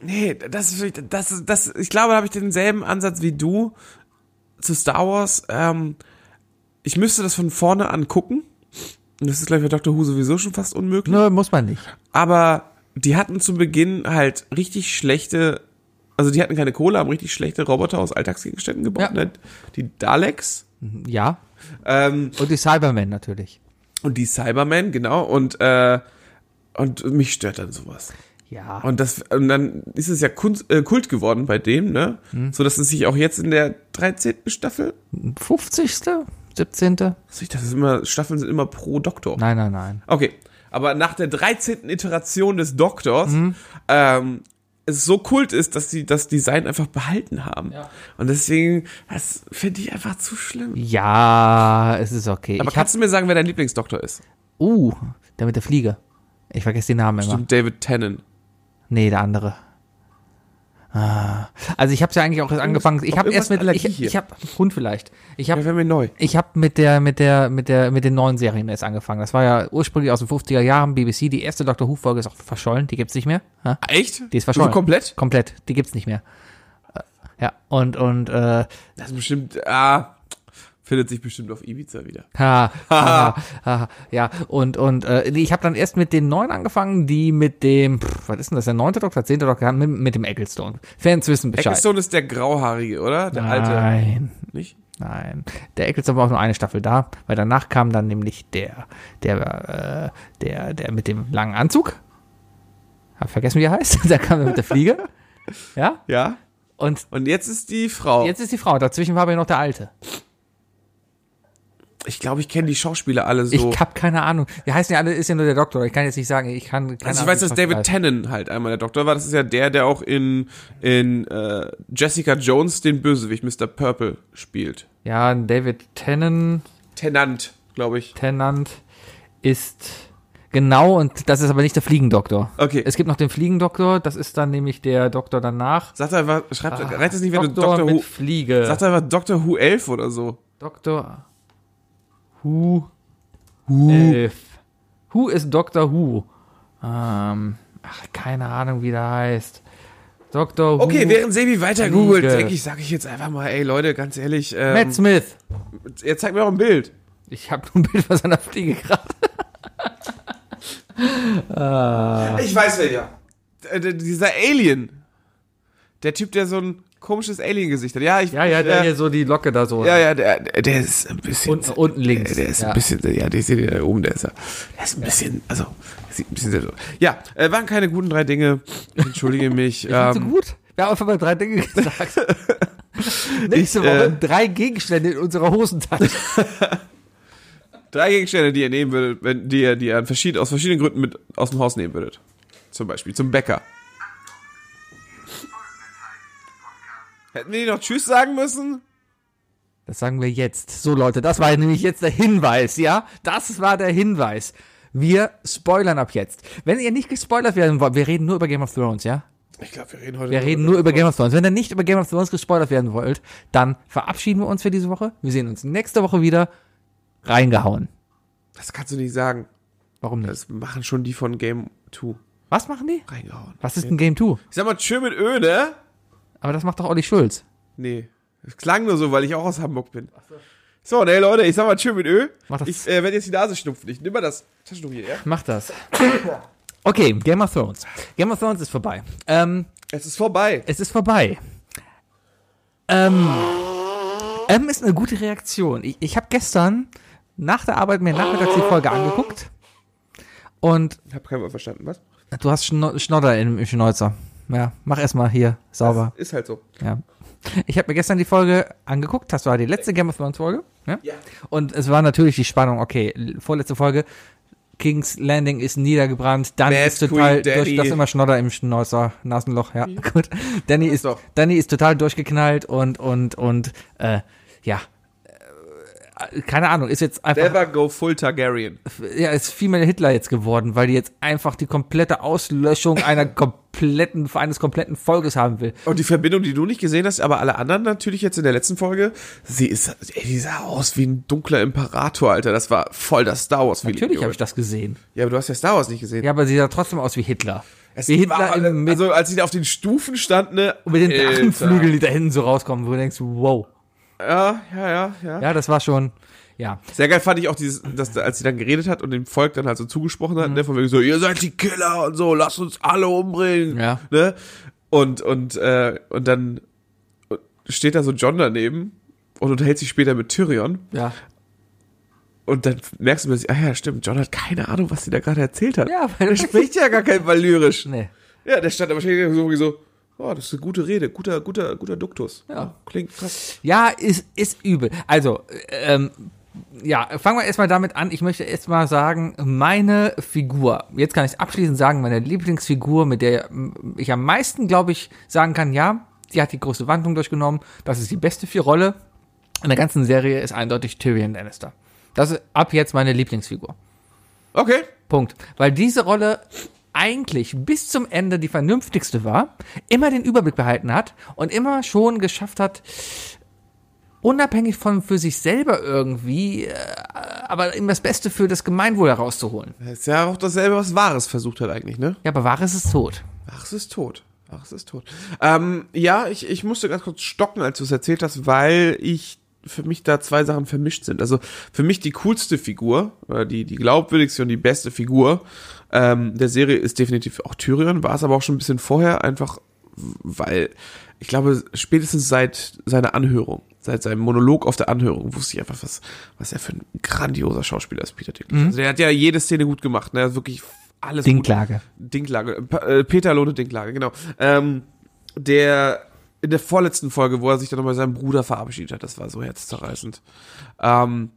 nee, das ist. wirklich- Das, ist- das, ich glaube, da habe ich denselben Ansatz wie du zu Star Wars. Ähm, ich müsste das von vorne angucken. Und das ist, glaube ich, bei Doctor Who sowieso schon fast unmöglich.
Nö, muss man nicht.
Aber die hatten zu Beginn halt richtig schlechte, also die hatten keine Kohle, haben richtig schlechte Roboter aus Alltagsgegenständen gebaut,
Ja.
ne? Die Daleks.
Ja.
Ähm,
Und die Cybermen natürlich.
und die Cybermen, genau. Und, äh, und mich stört dann sowas.
Ja.
Und das und dann ist es ja Kunst, äh, Kult geworden bei dem, ne?
Hm.
So dass es sich auch jetzt in der 13. Staffel,
50. 17. Nein,
Also ich dachte, das ist immer Staffeln sind immer pro Doktor.
nein, nein.
Okay, aber nach der 13. Iteration des Doktors
Hm.
ähm, es so kult ist, dass sie das Design einfach behalten haben. Und deswegen, das finde ich einfach zu schlimm.
Ja, es ist okay. ich
Aber
hab,
kannst du mir sagen, wer dein Lieblingsdoktor ist?
uh, der mit der Fliege. Ich vergesse den Namen immer.
Stimmt, David Tennant.
Nee, der andere. Ah. Also ich habe ja eigentlich auch erst angefangen. Ich
auch
habe erst mit
irgendwas Allergie
ich,
hier.
ich habe Hund vielleicht. Ich
Ja,
habe
wäre mir neu.
ich habe mit der mit der mit der mit den neuen Serien erst angefangen. Das war ja ursprünglich aus den 50er Jahren BBC. Die erste Dr. Who Folge ist auch verschollen. Die gibt's nicht mehr. Ja?
Echt?
Die ist verschollen.
So komplett?
Komplett. Die gibt's nicht mehr. Äh, Ja und und äh,
Das ist bestimmt, ah, findet sich bestimmt auf Ibiza wieder.
Ha, ha, ha, ja, und, und äh, nee, ich habe dann erst mit den neuen angefangen, die mit dem, pff, was ist denn das, der neunte Doktor, zehnte Doktor, mit, mit dem Ecclestone. Fans wissen Bescheid.
Ecclestone ist der Grauhaarige, oder? Der alte.
Nein,
Nicht?
nein. Der Ecclestone war auch nur eine Staffel da, weil danach kam dann nämlich der, der, äh, der, der mit dem langen Anzug. Hab vergessen, wie er heißt. da kam er mit der Fliege. Ja,
Ja.
und
Und jetzt ist die Frau.
jetzt ist die Frau, dazwischen war aber noch der Alte.
Ich glaube, ich kenne die Schauspieler alle so.
Ich hab keine Ahnung. Wir heißen ja alle, ist ja nur der Doktor. Ich kann jetzt nicht sagen, ich kann. Keine
Also ich
Ahnung,
weiß, dass David
heißt.
Tennant halt einmal der Doktor war. Das ist ja der, der auch in, in äh, Jessica Jones den Bösewicht Mr. Purple spielt.
Ja, David Tennant,
Tennant, glaube ich.
Tennant ist genau und das ist aber nicht der Fliegendoktor.
Okay.
Es gibt noch den Fliegendoktor, das ist dann nämlich der Doktor danach.
Sagt einfach, schreibt, reicht es nicht, wenn
Ah, Doktor
du Doctor
mit
Who,
Fliege.
sagt einfach Doctor Who 11 oder so.
Doktor Who. Who. Elf. Who ist Doktor Who? Ähm, ach, keine Ahnung, wie der heißt. Doktor Who.
Okay, während Sebi weiter googelt,
Fliege.
denke ich, sage ich jetzt einfach mal, ey Leute, ganz ehrlich, ähm,
Matt Smith.
jetzt zeigt mir auch ein Bild.
Ich habe nur ein Bild von seiner Fliege gerade.
Ich weiß welcher. D d- Äh, dieser Alien. Der Typ, der so ein komisches Alien-Gesicht hat. Ja, ich
Ja, ja, der
äh,
hier so die Locke da so.
Ja, ja, der, der ist ein bisschen.
Unten, unten links.
Der ist
ja.
ein bisschen, ja, der sieht ja oben, der ist ja. Der ist ein bisschen, also, sieht ein bisschen sehr so. Ja, äh, waren keine guten drei Dinge. Ich entschuldige mich.
Findest du
ähm,
gut? Wir haben einfach mal drei Dinge gesagt. Nächste
Ich,
Woche
äh,
drei Gegenstände in unserer Hosentasche.
drei Gegenstände, die ihr nehmen würdet, wenn, die ihr, die ihr an verschieden, aus verschiedenen Gründen mit aus dem Haus nehmen würdet. Zum Beispiel zum Bäcker. Hätten wir die noch Tschüss sagen müssen?
Das sagen wir jetzt. So Leute, das war nämlich jetzt der Hinweis, ja? Das war der Hinweis. Wir spoilern ab jetzt. Wenn ihr nicht gespoilert werden wollt, wir reden nur über Game of Thrones, ja?
Ich glaube, wir reden heute.
Wir reden nur über Game of Thrones. Wenn ihr nicht über Game of Thrones gespoilert werden wollt, dann verabschieden wir uns für diese Woche. Wir sehen uns nächste Woche wieder. Reingehauen.
Das kannst du nicht sagen.
Warum nicht?
Das machen schon die von Game 2
Was machen die?
reingehauen.
Was ist ein Game 2?
Ich sag mal, tschö mit Ö, ne?
Aber das macht doch Olli Schulz.
Nee, es klang nur so, weil ich auch aus Hamburg bin. So, ne, Leute, ich sag mal tschüss mit Ö.
Mach das.
Ich äh, werde jetzt die Nase schnupfen. Ich nimm mal das Taschentuch hier, ja?
Mach das. Okay, Game of Thrones. Game of Thrones ist vorbei. Ähm,
Es ist vorbei.
es ist vorbei. Ähm, ähm ist eine gute Reaktion. Ich, ich habe gestern nach der Arbeit mir nachmittags die Folge angeguckt und
Ich hab kein Wort verstanden, was?
du hast Schno Schnodder im im Schnäuzer. Ja, mach erstmal hier sauber.
Ist halt so.
Ja. Ich habe mir gestern die Folge angeguckt, das war die letzte Game of Thrones Folge. Ja?
Ja.
Und es war natürlich die Spannung, okay, l- vorletzte Folge, King's Landing ist niedergebrannt, dann
Mad
ist total
Queen
durch, das
Dany.
ist immer Schnodder im Schnäuzer, Nasenloch, ja, gut. Danny ist,
doch.
Danny ist total durchgeknallt und, und, und, äh, ja, äh, keine Ahnung, ist jetzt einfach
Never go full Targaryen.
ja, ist viel mehr Hitler jetzt geworden, weil die jetzt einfach die komplette Auslöschung einer kompletten, eines kompletten Volkes haben will.
Und die Verbindung, die du nicht gesehen hast, aber alle anderen natürlich jetzt in der letzten Folge, sie ist, ey, die sah aus wie ein dunkler Imperator, Alter. Das war voll das Star wars Video.
Natürlich habe ich das gesehen.
Ja, aber du hast ja Star Wars nicht gesehen.
Ja, aber sie sah trotzdem aus wie Hitler.
Es
wie Hitler
war,
im, mit,
also als sie da auf den Stufen stand, ne?
mit den
Alter.
Drachenflügeln, die da hinten so rauskommen, wo du denkst, wow.
Ja, ja, ja, ja.
Ja, das war schon, ja.
Sehr geil fand ich auch dieses, dass, als sie dann geredet hat und dem Volk dann halt so zugesprochen hat, ne, von wegen so, ihr seid die Killer und so, lasst uns alle umbringen,
Ja.
ne? Und, und, äh, und dann steht da so John daneben und unterhält sich später mit Tyrion
Ja,
und dann merkst du plötzlich, ah ja, stimmt, John hat keine Ahnung, was sie da gerade erzählt hat.
Ja, weil-
er spricht ja gar kein Valyrisch.
nee.
Ja, der stand da wahrscheinlich so, irgendwie so, oh, das ist eine gute Rede, guter, guter, guter Duktus.
Ja.
Klingt krass.
Ja, ist, ist übel. Also, ähm, ja, fangen wir erstmal damit an. Ich möchte erstmal sagen, meine Figur, jetzt kann ich abschließend sagen, meine Lieblingsfigur, mit der mm, ich am meisten, glaube ich, sagen kann, ja, die hat die große Wandlung durchgenommen, das ist die beste für Rolle in der ganzen Serie ist eindeutig Tyrion Lannister. Das ist ab jetzt meine Lieblingsfigur.
Okay.
Punkt. Weil diese Rolle eigentlich bis zum Ende die vernünftigste war, immer den Überblick behalten hat und immer schon geschafft hat, unabhängig von für sich selber irgendwie, äh, aber eben das Beste für das Gemeinwohl herauszuholen.
Das ist ja auch dasselbe, was Wahres versucht hat eigentlich, ne?
Ja, aber Wahres ist tot.
Ach, es ist tot. Ach, es ist tot. Ähm, ja, ich, ich musste ganz kurz stocken, als du es erzählt hast, weil ich für mich da zwei Sachen vermischt sind. Also für mich die coolste Figur, äh, die, die glaubwürdigste und die beste Figur ähm, der Serie ist definitiv auch Tyrion, war es aber auch schon ein bisschen vorher, einfach weil ich glaube, spätestens seit seiner Anhörung, seit seinem Monolog auf der Anhörung, wusste ich einfach, was, was er für ein grandioser Schauspieler ist, Peter Dinklage. Also der hat ja jede Szene gut gemacht, ne? Er hat wirklich alles
Dinklage.
Gut. Dinklage. Pa- äh, Peter Lohne Dinklage, genau. Ähm, der in der vorletzten Folge, wo er sich dann nochmal seinem Bruder verabschiedet hat, das war so herzzerreißend. Ähm,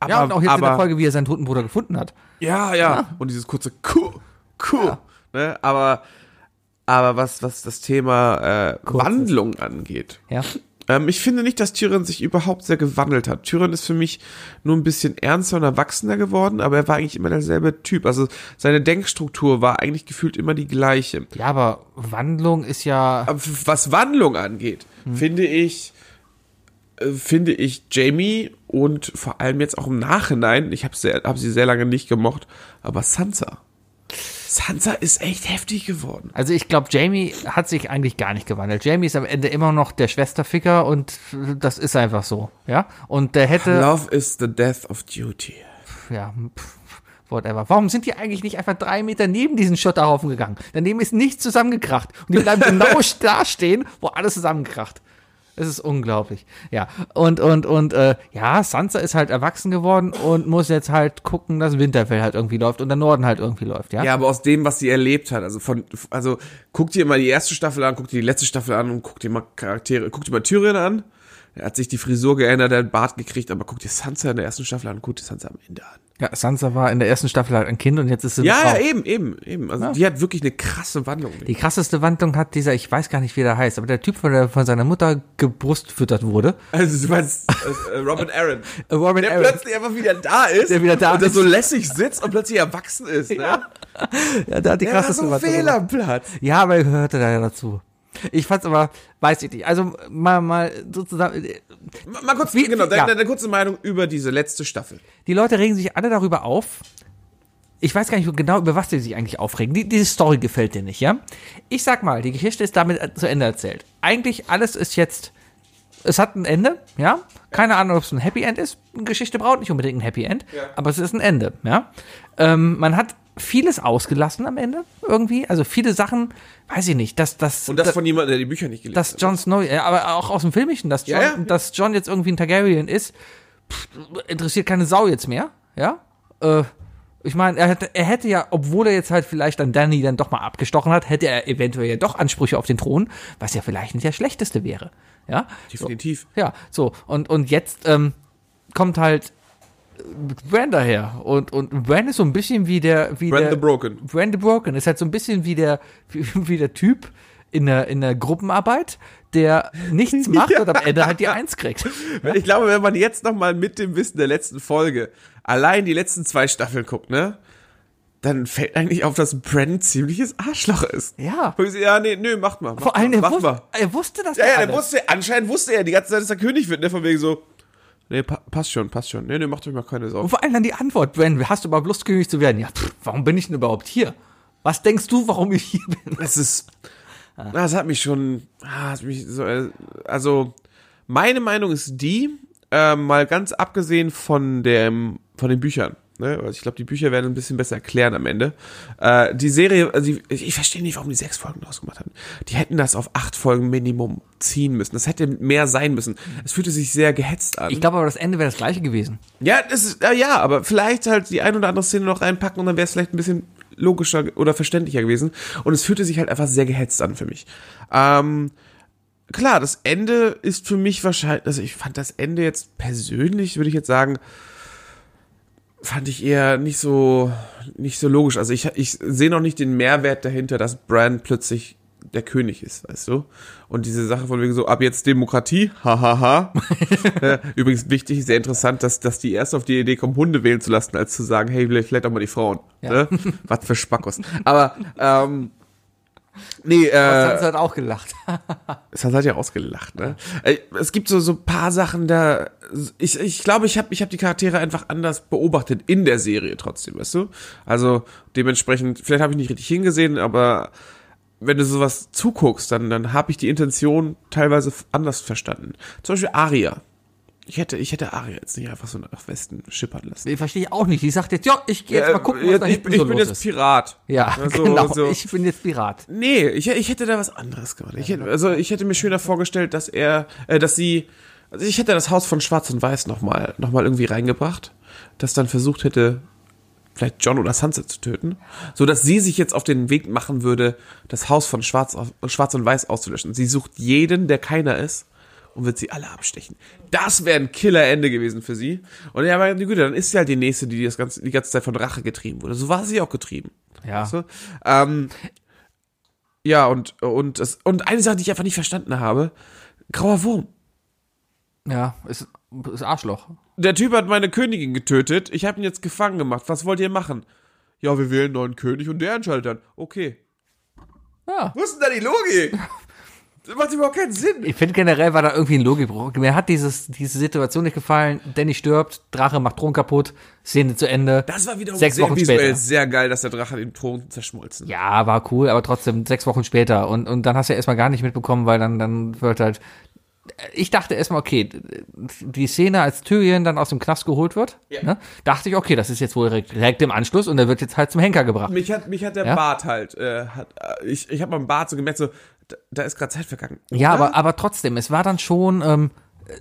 aber,
Ja, und auch jetzt in
aber-
der Folge, wie er seinen toten Bruder gefunden hat.
ja, ja. Und dieses kurze Kuh, Kuh. Ne? Aber, aber was, was das Thema äh, Wandlung angeht.
Ja.
Ähm, ich finde nicht, dass Tyrion sich überhaupt sehr gewandelt hat. Tyrion ist für mich nur ein bisschen ernster und erwachsener geworden, aber er war eigentlich immer derselbe Typ. Also seine Denkstruktur war eigentlich gefühlt immer die gleiche.
Ja, aber Wandlung ist ja.
Aber f- Äh, was Wandlung angeht,
Hm.
finde ich, äh, finde ich Jamie und vor allem jetzt auch im Nachhinein, ich habe hab sie sehr lange nicht gemocht, aber Sansa. Sansa ist echt heftig geworden.
Also ich glaube, Jamie hat sich eigentlich gar nicht gewandelt. Jamie ist am Ende immer noch der Schwesterficker und das ist einfach so, ja. Und der hätte,
Love is the death of duty.
ja, pff, whatever. Warum sind die eigentlich nicht einfach drei Meter neben diesen Schotterhaufen gegangen? Daneben ist nichts zusammengekracht. Und die bleiben genau da stehen, wo alles zusammenkracht. Es ist unglaublich. Ja, und, und, und, äh, ja, Sansa ist halt erwachsen geworden und muss jetzt halt gucken, dass Winterfell halt irgendwie läuft und der Norden halt irgendwie läuft, ja?
Ja, aber aus dem, was sie erlebt hat, also von, also guck dir mal die erste Staffel an, guck dir die letzte Staffel an und guck dir mal Charaktere, guck dir mal Tyrion an. Er hat sich die Frisur geändert, er hat einen Bart gekriegt, aber guck dir Sansa in der ersten Staffel an, guck dir Sansa am Ende an.
ja, Sansa war in der ersten Staffel halt ein Kind und jetzt ist sie eine Frau.
Ja, ja, eben, eben, eben. Also die hat wirklich eine krasse Wandlung.
Die krasseste Wandlung hat dieser, ich weiß gar nicht, wie der heißt, aber der Typ, von der von seiner Mutter gebrustfüttert wurde.
Also du meinst äh, äh, Robin Aaron.
Äh, Robin
der
Aaron.
plötzlich einfach wieder da ist.
Der wieder da
und das
ist.
so lässig sitzt und plötzlich erwachsen ist. Ne? Ja,
Ja, der hat die
der war so ein Fehler am Platz.
Ja, aber er gehörte da ja dazu. Ich fand's aber, weiß ich nicht. Also mal, mal sozusagen,
Mal, mal kurz,
Wie-
genau,
wie-
deine,
ja.
deine kurze Meinung über diese letzte Staffel.
die Leute regen sich alle darüber auf. Ich weiß gar nicht genau, über was die sich eigentlich aufregen. Die, diese Story gefällt dir nicht, ja? Ich sag mal, die Geschichte ist damit zu Ende erzählt. Eigentlich alles ist jetzt, es hat ein Ende, ja? Keine Ahnung, ob es ein Happy End ist. Eine Geschichte braucht nicht unbedingt ein Happy End, aber es ist ein Ende, ja? Ähm, man hat vieles ausgelassen am Ende, irgendwie. Also viele Sachen, weiß ich nicht, dass, dass,
Und das
dass,
von jemandem, der die Bücher nicht gelesen
dass
hat.
Jon Snow, ja, aber auch aus dem Filmischen, dass Jon,
Ja, ja.
dass Jon jetzt irgendwie ein Targaryen ist, pff, interessiert keine Sau jetzt mehr, ja? Äh, ich meine, er hätte, er hätte ja, obwohl er jetzt halt vielleicht dann Danny dann doch mal abgestochen hat, hätte er eventuell ja doch Ansprüche auf den Thron, was ja vielleicht nicht der schlechteste wäre, ja?
Definitiv.
Ja, so. Und, und jetzt ähm, kommt halt Bran daher. Und, und Bran ist so ein bisschen wie der. Wie
Bran
der,
the Broken.
Bran the Broken ist halt so ein bisschen wie der, wie, wie der Typ in der, in der Gruppenarbeit, der nichts macht und am Ende halt die Eins kriegt.
Wenn- Ich glaube, wenn man jetzt nochmal mit dem Wissen der letzten Folge allein die letzten zwei Staffeln guckt, ne? Dann fällt eigentlich auf, dass Brandon ein ziemliches Arschloch ist.
Ja.
Wo ich so, Ja, nee, nö, macht mal. Macht
Vor allem,
mal,
er,
macht
wus
mal.
er wusste das
Ja, ja, der
alles.
wusste, anscheinend wusste er die ganze Zeit, dass er König wird, ne? Von wegen so, nee, pa passt schon, passt schon. Nee, nee, macht euch mal keine
Und
Sorgen.
vor allem dann die Antwort, Bran, hast du überhaupt Lust, König zu werden? Ja, pff, warum bin ich denn überhaupt hier? Was denkst du, warum ich hier bin?
Das ist, ah. das hat mich schon, ah, hat mich so, äh, also, Meine Meinung ist die, äh, mal ganz abgesehen von, dem, von den Büchern. Ne? Also ich glaube, die Bücher werden ein bisschen besser erklären am Ende. Äh, die Serie, also die, ich verstehe nicht, warum die sechs Folgen ausgemacht haben. Die hätten das auf acht Folgen Minimum ziehen müssen. Das hätte mehr sein müssen. Es fühlte sich sehr gehetzt an.
Ich glaube aber, das Ende wäre das gleiche gewesen.
Ja, das ist, äh, ja, aber vielleicht halt die ein oder andere Szene noch reinpacken und dann wäre es vielleicht ein bisschen logischer oder verständlicher gewesen. Und es fühlte sich halt einfach sehr gehetzt an für mich. Ähm, klar, das Ende ist für mich wahrscheinlich, also ich fand das Ende jetzt persönlich, würde ich jetzt sagen, fand ich eher nicht so, nicht so logisch. Also ich, ich sehe noch nicht den Mehrwert dahinter, dass Bran plötzlich der König ist, weißt du? Und diese Sache von wegen so, ab jetzt Demokratie, hahaha. Äh, Übrigens wichtig, sehr interessant, dass, dass die erst auf die Idee kommen, Hunde wählen zu lassen, als zu sagen, hey, vielleicht vielleicht auch mal die Frauen.
Ja.
Ne? Was für Spackos. Aber, ähm, nee, äh,
Sansa hat halt auch gelacht.
das hat ja ausgelacht, ne? Äh, Es gibt so so paar Sachen da. Ich, ich glaube, ich habe ich hab die Charaktere einfach anders beobachtet in der Serie trotzdem, weißt du? Also dementsprechend, vielleicht habe ich nicht richtig hingesehen, aber wenn du sowas zuguckst, dann, dann habe ich die Intention teilweise f- anders verstanden. Zum Beispiel Aria. Ich hätte, ich hätte Aria jetzt nicht einfach so nach Westen schippern lassen.
Nee, verstehe ich auch nicht. Die sagt jetzt, ja, ich gehe jetzt mal gucken, was
Äh,
da
ich,
hinten
ich
so
bin
los
jetzt
ist.
Pirat.
Ja,
Also,
genau.
so.
Ich bin jetzt Pirat.
Nee, ich, ich hätte da was anderes gemacht. Ich hätte, also ich hätte mir schöner vorgestellt, dass er, äh, dass sie, also ich hätte das Haus von Schwarz und Weiß nochmal noch mal irgendwie reingebracht, das dann versucht hätte, vielleicht John oder Sunset zu töten, so dass sie sich jetzt auf den Weg machen würde, das Haus von Schwarz, auf, Schwarz und Weiß auszulöschen. Sie sucht jeden, der keiner ist. Und wird sie alle abstechen. Das wäre ein Killerende gewesen für sie. Und ja, meine Güte, dann ist sie halt die nächste, die das ganze, die ganze Zeit von Rache getrieben wurde. So war sie auch getrieben.
Ja.
Weißt du? Ähm, ja, und, und, es, und eine Sache, die ich einfach nicht verstanden habe: Grauer Wurm.
Ja, ist, ist Arschloch.
Der Typ hat meine Königin getötet, ich habe ihn jetzt gefangen gemacht. Was wollt ihr machen? Ja, wir wählen einen neuen König und der entscheidet dann. Okay.
Ja.
Wo ist denn da die Logik? Das macht überhaupt keinen Sinn.
Ich finde generell war da irgendwie ein Logikbruch. Mir hat dieses, diese Situation nicht gefallen. Danny stirbt, Drache macht Thron kaputt, Szene zu Ende.
Das war wiederum
Sechs
sehr
Wochen
visuell
später.
sehr geil, dass der Drache den Thron zerschmolzen.
Ja, war cool, aber trotzdem sechs Wochen später. Und, und dann hast du ja erstmal gar nicht mitbekommen, weil dann, dann wird halt. Ich dachte erstmal, okay, die Szene, als Tyrion dann aus dem Knast geholt wird, ne, dachte ich, okay, das ist jetzt wohl direkt, direkt im Anschluss und er wird jetzt halt zum Henker gebracht.
Mich hat, mich hat der
Ja?
Bart halt, äh, hat, äh, ich, ich habe meinem Bart so gemerkt, so, da, da ist gerade Zeit vergangen.
Ja, aber, aber trotzdem, es war dann schon ähm,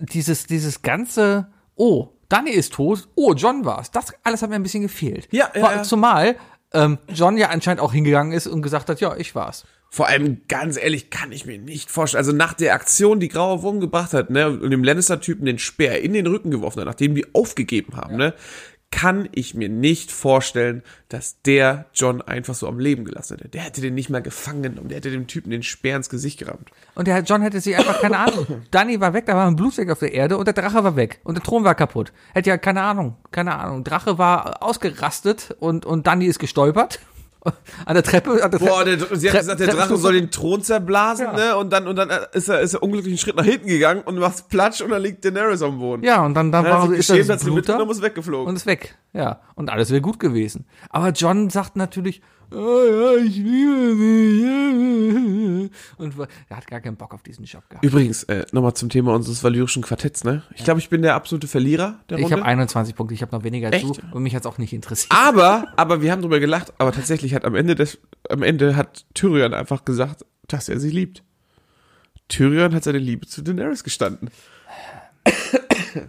dieses, dieses ganze, oh, Danny ist tot, oh, John war's. Das alles hat mir ein bisschen gefehlt.
Ja, ja,
Vor-
ja.
Zumal ähm, John ja anscheinend auch hingegangen ist und gesagt hat, ja, ich war's.
Vor allem, ganz ehrlich, kann ich mir nicht vorstellen. Also nach der Aktion, die Graue Wurm gebracht hat, ne, und dem Lannister-Typen den Speer in den Rücken geworfen hat, nachdem die aufgegeben haben, ne, kann ich mir nicht vorstellen, dass der John einfach so am Leben gelassen hätte. Der hätte den nicht mal gefangen genommen, der hätte dem Typen den Speer ins Gesicht gerammt.
Und der Herr John hätte sich einfach keine Ahnung. Danny war weg, da war ein Blutweg auf der Erde und der Drache war weg und der Thron war kaputt. Hätte ja keine Ahnung, keine Ahnung. Drache war ausgerastet und, und Danny ist gestolpert. An der Treppe. An der
Boah,
Treppe-
der, sie hat
Tre-
gesagt, der
Treppenstufe.
Drache soll den Thron zerblasen, ne, und dann, und dann äh, ist er, ist er unglücklich einen Schritt nach hinten gegangen und macht Platsch und dann liegt Daenerys am Boden.
Ja, und dann, dann
Dann hat
war
sie
ist das
geschämt, hat sie
Blut da
mitgenommen, ist weggeflogen.
und ist weg. Ja, und alles wäre gut gewesen. Aber John sagt natürlich, oh, ja, ich liebe dich. Und wa- er hat gar keinen Bock auf diesen Job gehabt.
Übrigens, äh, nochmal zum Thema unseres valyrischen Quartetts, ne? Ich glaube, ich bin der absolute Verlierer der
Ich
Runde.
habe 21 Punkte, ich habe noch weniger
Echt?
zu und mich hat's auch nicht interessiert.
aber, aber wir haben drüber gelacht, aber tatsächlich hat am Ende des, am Ende hat Tyrion einfach gesagt, dass er sie liebt. Tyrion hat seine Liebe zu Daenerys gestanden.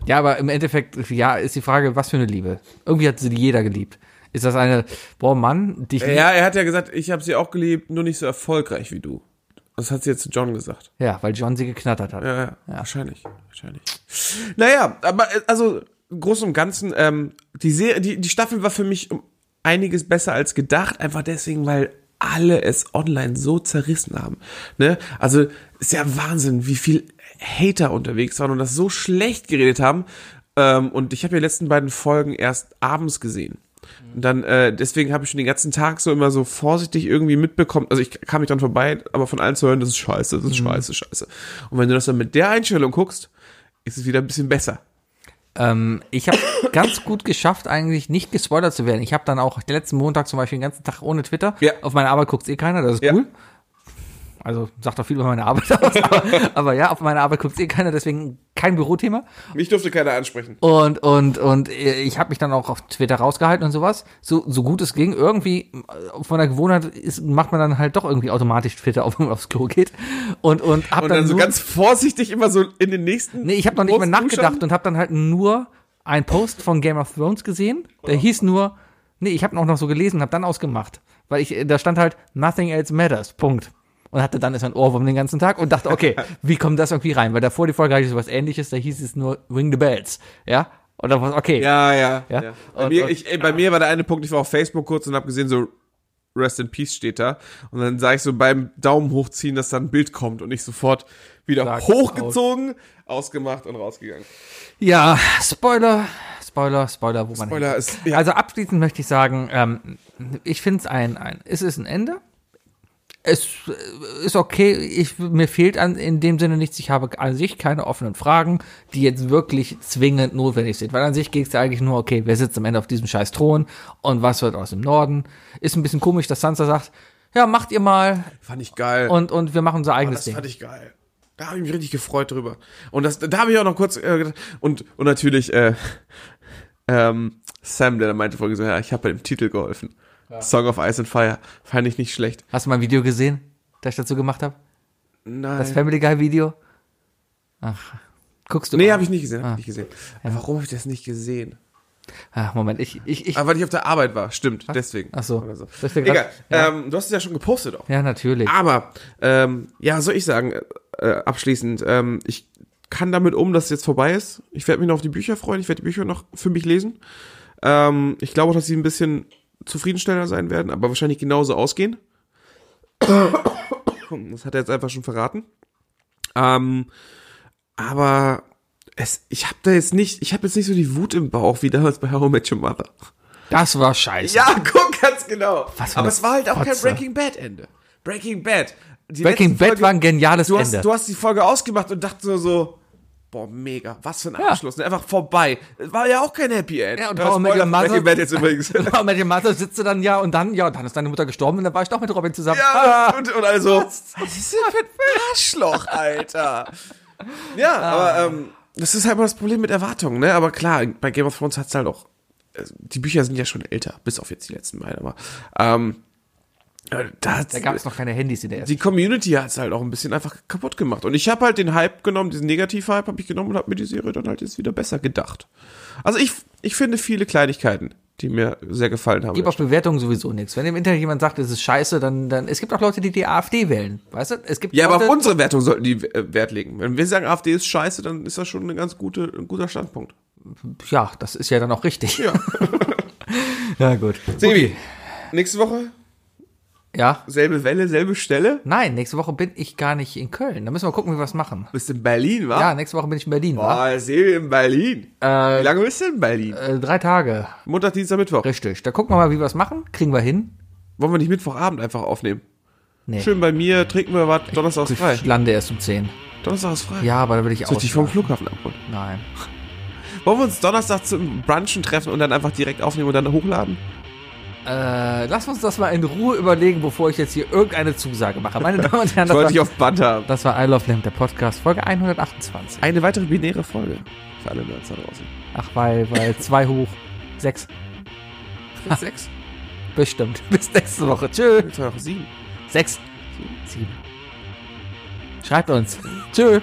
Ja, aber im Endeffekt, ja, ist die Frage, was für eine Liebe. Irgendwie hat sie jeder geliebt. Ist das eine, boah Mann, dich lieb-
Ja, er hat ja gesagt, ich habe sie auch geliebt, nur nicht so erfolgreich wie du. Das hat sie jetzt zu John gesagt.
Ja, weil John sie geknattert hat.
Ja, ja, wahrscheinlich, wahrscheinlich. Naja, aber äh, also im Großen und Ganzen, ähm, die, Serie, die, die Staffel war für mich um einiges besser als gedacht, einfach deswegen, weil alle es online so zerrissen haben. Ne? Also ist ja Wahnsinn, wie viel Hater unterwegs waren und das so schlecht geredet haben. Ähm, und ich habe ja die letzten beiden Folgen erst abends gesehen. Und dann, äh, deswegen habe ich schon den ganzen Tag so immer so vorsichtig irgendwie mitbekommen. Also ich kam nicht dran vorbei, aber von allen zu hören, das ist scheiße, das ist scheiße, scheiße. Und wenn du das dann mit der Einstellung guckst, ist es wieder ein bisschen besser.
Ähm, ich habe ganz gut geschafft, eigentlich nicht gespoilert zu werden. Ich habe dann auch letzten Montag zum Beispiel den ganzen Tag ohne Twitter.
Ja.
Auf meine Arbeit guckt eh keiner, das ist
Ja.
cool. Also sagt doch viel über meine Arbeit aus. Aber, aber ja, auf meine Arbeit guckt eh keiner, deswegen kein Bürothema.
Mich durfte keiner ansprechen.
Und, und, und äh, ich habe mich dann auch auf Twitter rausgehalten und sowas. So, so gut es ging. Irgendwie äh, von der Gewohnheit ist, macht man dann halt doch irgendwie automatisch Twitter auf, wenn man aufs Klo geht. Und, und hab
Und dann so
nur,
ganz vorsichtig immer so in den nächsten.
Nee, ich habe noch nicht mehr
Post
nachgedacht
zuschauen.
und habe dann halt nur einen Post von Game of Thrones gesehen. Der hieß nur, nee, ich habe auch noch so gelesen, habe dann ausgemacht, weil ich da stand halt nothing else matters. Punkt. Und hatte dann ist ein Ohrwurm den ganzen Tag und dachte, okay, wie kommt das irgendwie rein? Weil davor die Folge hatte ich so was ähnliches, da hieß es nur Ring the Bells, ja? Und dann war es okay.
Ja, ja.
Ja.
ja. Bei,
Und-
mir,
und- Ah.
ich, ey, bei mir war der eine Punkt, ich war auf Facebook kurz und habe gesehen, so Rest in Peace steht da. Und dann sah ich so beim Daumen hochziehen, dass da ein Bild kommt und ich sofort wieder
Zack,
hochgezogen, ausgemacht und rausgegangen.
Ja, Spoiler, Spoiler, Spoiler, wo man
Spoiler ist. Ja,
Also abschließend möchte ich sagen, ähm, ich finde es ein, ein, es ist ein Ende. Es äh, ist okay, ich, mir fehlt an, in dem Sinne nichts. Ich habe an sich keine offenen Fragen, die jetzt wirklich zwingend notwendig sind. Weil an sich ging es eigentlich nur, okay, wer sitzt am Ende auf diesem scheiß Thron und was wird aus dem Norden? Ist ein bisschen komisch, dass Sansa sagt, ja, macht ihr mal
fand ich geil.
und, und wir machen unser eigenes
Das
Ding.
fand ich geil. Da habe ich mich richtig gefreut drüber. Und das, da habe ich auch noch kurz äh, gedacht. Und, und natürlich äh, ähm, Sam, der da meinte vorhin so, ja, ich habe bei dem Titel geholfen. Song of Ice and Fire. Fand ich nicht schlecht.
Hast du mein Video gesehen, das ich dazu gemacht habe?
Nein.
Das Family Guy Video? Ach, guckst du
nee,
mal.
habe ich nicht
Ah.
gesehen. Hab ich nicht gesehen. Aber Warum habe ich das nicht gesehen?
Ach, Ah, Moment, ich, ich, ich,
Aber weil ich auf der Arbeit war. Stimmt, deswegen.
Ach so.
Oder so.
Das ist ja grad-
Egal. Ähm, du hast es ja schon gepostet auch.
ja, natürlich.
Aber, ähm, ja, was soll ich sagen, äh, äh, abschließend, ähm, ich kann damit um, dass es jetzt vorbei ist. Ich werde mich noch auf die Bücher freuen. Ich werde die Bücher noch für mich lesen. Ähm, ich glaube auch, dass sie ein bisschen zufriedenstellender sein werden, aber wahrscheinlich genauso ausgehen. Das hat er jetzt einfach schon verraten. Ähm, aber es, ich habe da jetzt nicht, ich habe jetzt nicht so die Wut im Bauch wie damals bei How I Met Your Mother.
Das war scheiße.
Ja, guck, ganz genau.
Was für
Aber
eine
es war halt auch kein
Fotze.
Breaking Bad Ende. Breaking Bad. Die
Breaking
letzte
Bad
Folge-
war ein geniales
du hast,
Ende.
Du hast die Folge ausgemacht und dachte nur so, boah, mega, was für ein Abschluss. ne? Einfach vorbei. War ja auch kein Happy End.
Ja, und
Äh,
How I Met
Spoiler
Your
für
Mother-
Breaking Bad jetzt übrigens.
Und mit dem Mathe sitzt du dann, ja, und dann, ja, und dann ist deine Mutter gestorben und dann war ich doch mit Robin zusammen. Ah.
ja, und, und also, was ist denn für ein Arschloch, Alter? Ja,
Ah.
aber ähm, das ist halt immer das Problem mit Erwartungen, ne? Aber klar, bei Game of Thrones hat's halt auch. also, Die Bücher sind ja schon älter, bis auf jetzt die letzten beiden, aber ähm, äh, da,
Da gab es noch keine Handys in der ersten.
die Community hat es halt auch ein bisschen einfach kaputt gemacht. Und ich habe halt den Hype genommen, diesen Negativ-Hype habe ich genommen und habe mir die Serie dann halt jetzt wieder besser gedacht. Also ich, ich finde viele Kleinigkeiten, die mir sehr gefallen haben.
Gib auf Bewertungen sowieso nichts. Wenn im Internet jemand sagt, es ist scheiße, dann, dann, es gibt auch Leute, die die AfD wählen. Weißt du? Es gibt
ja, aber
Leute,
auf unsere Wertung sollten die äh, Wert legen. Wenn wir sagen, AfD ist scheiße, dann ist das schon eine ganz gute, ein guter Standpunkt.
ja, das ist ja dann auch richtig. Ja. ja, gut.
Sebi, nächste Woche
Ja.
selbe Welle, selbe Stelle.
Nein, nächste Woche bin ich gar nicht in Köln. Da müssen wir gucken, wie wir was machen.
Bist in Berlin, wa?
Ja, nächste Woche bin ich in Berlin, wa?
Boah, Sebi in Berlin. Wie
Äh,
lange bist du in Berlin?
äh, drei Tage.
Montag, Dienstag, Mittwoch.
Richtig. Da gucken wir mal, wie wir was machen. Kriegen wir hin?
Wollen wir nicht Mittwochabend einfach aufnehmen?
Nee.
Schön bei mir, trinken wir was, Donnerstag ist frei.
Ich lande erst um 10.
Donnerstag ist frei.
Ja, aber da will ich
Soll
auch.
ich dich vom Flughafen abholen?
Nein.
Wollen wir uns Donnerstag zum Brunchen treffen und dann einfach direkt aufnehmen und dann hochladen?
Äh, lass uns das mal in Ruhe überlegen, bevor ich jetzt hier irgendeine Zusage mache. Meine Damen und Herren,
Ich
das,
wollte dich
war,
auf Band haben.
das war I Love Lamp, der Podcast, Folge 128.
Eine weitere binäre Folge für alle Nerds da draußen.
Ach, weil, weil 2 hoch 6.
Sechs?
Bestimmt. Bis nächste Woche. Tschö.
Jetzt war noch sieben.
6. 7. Schreibt uns. Tschö.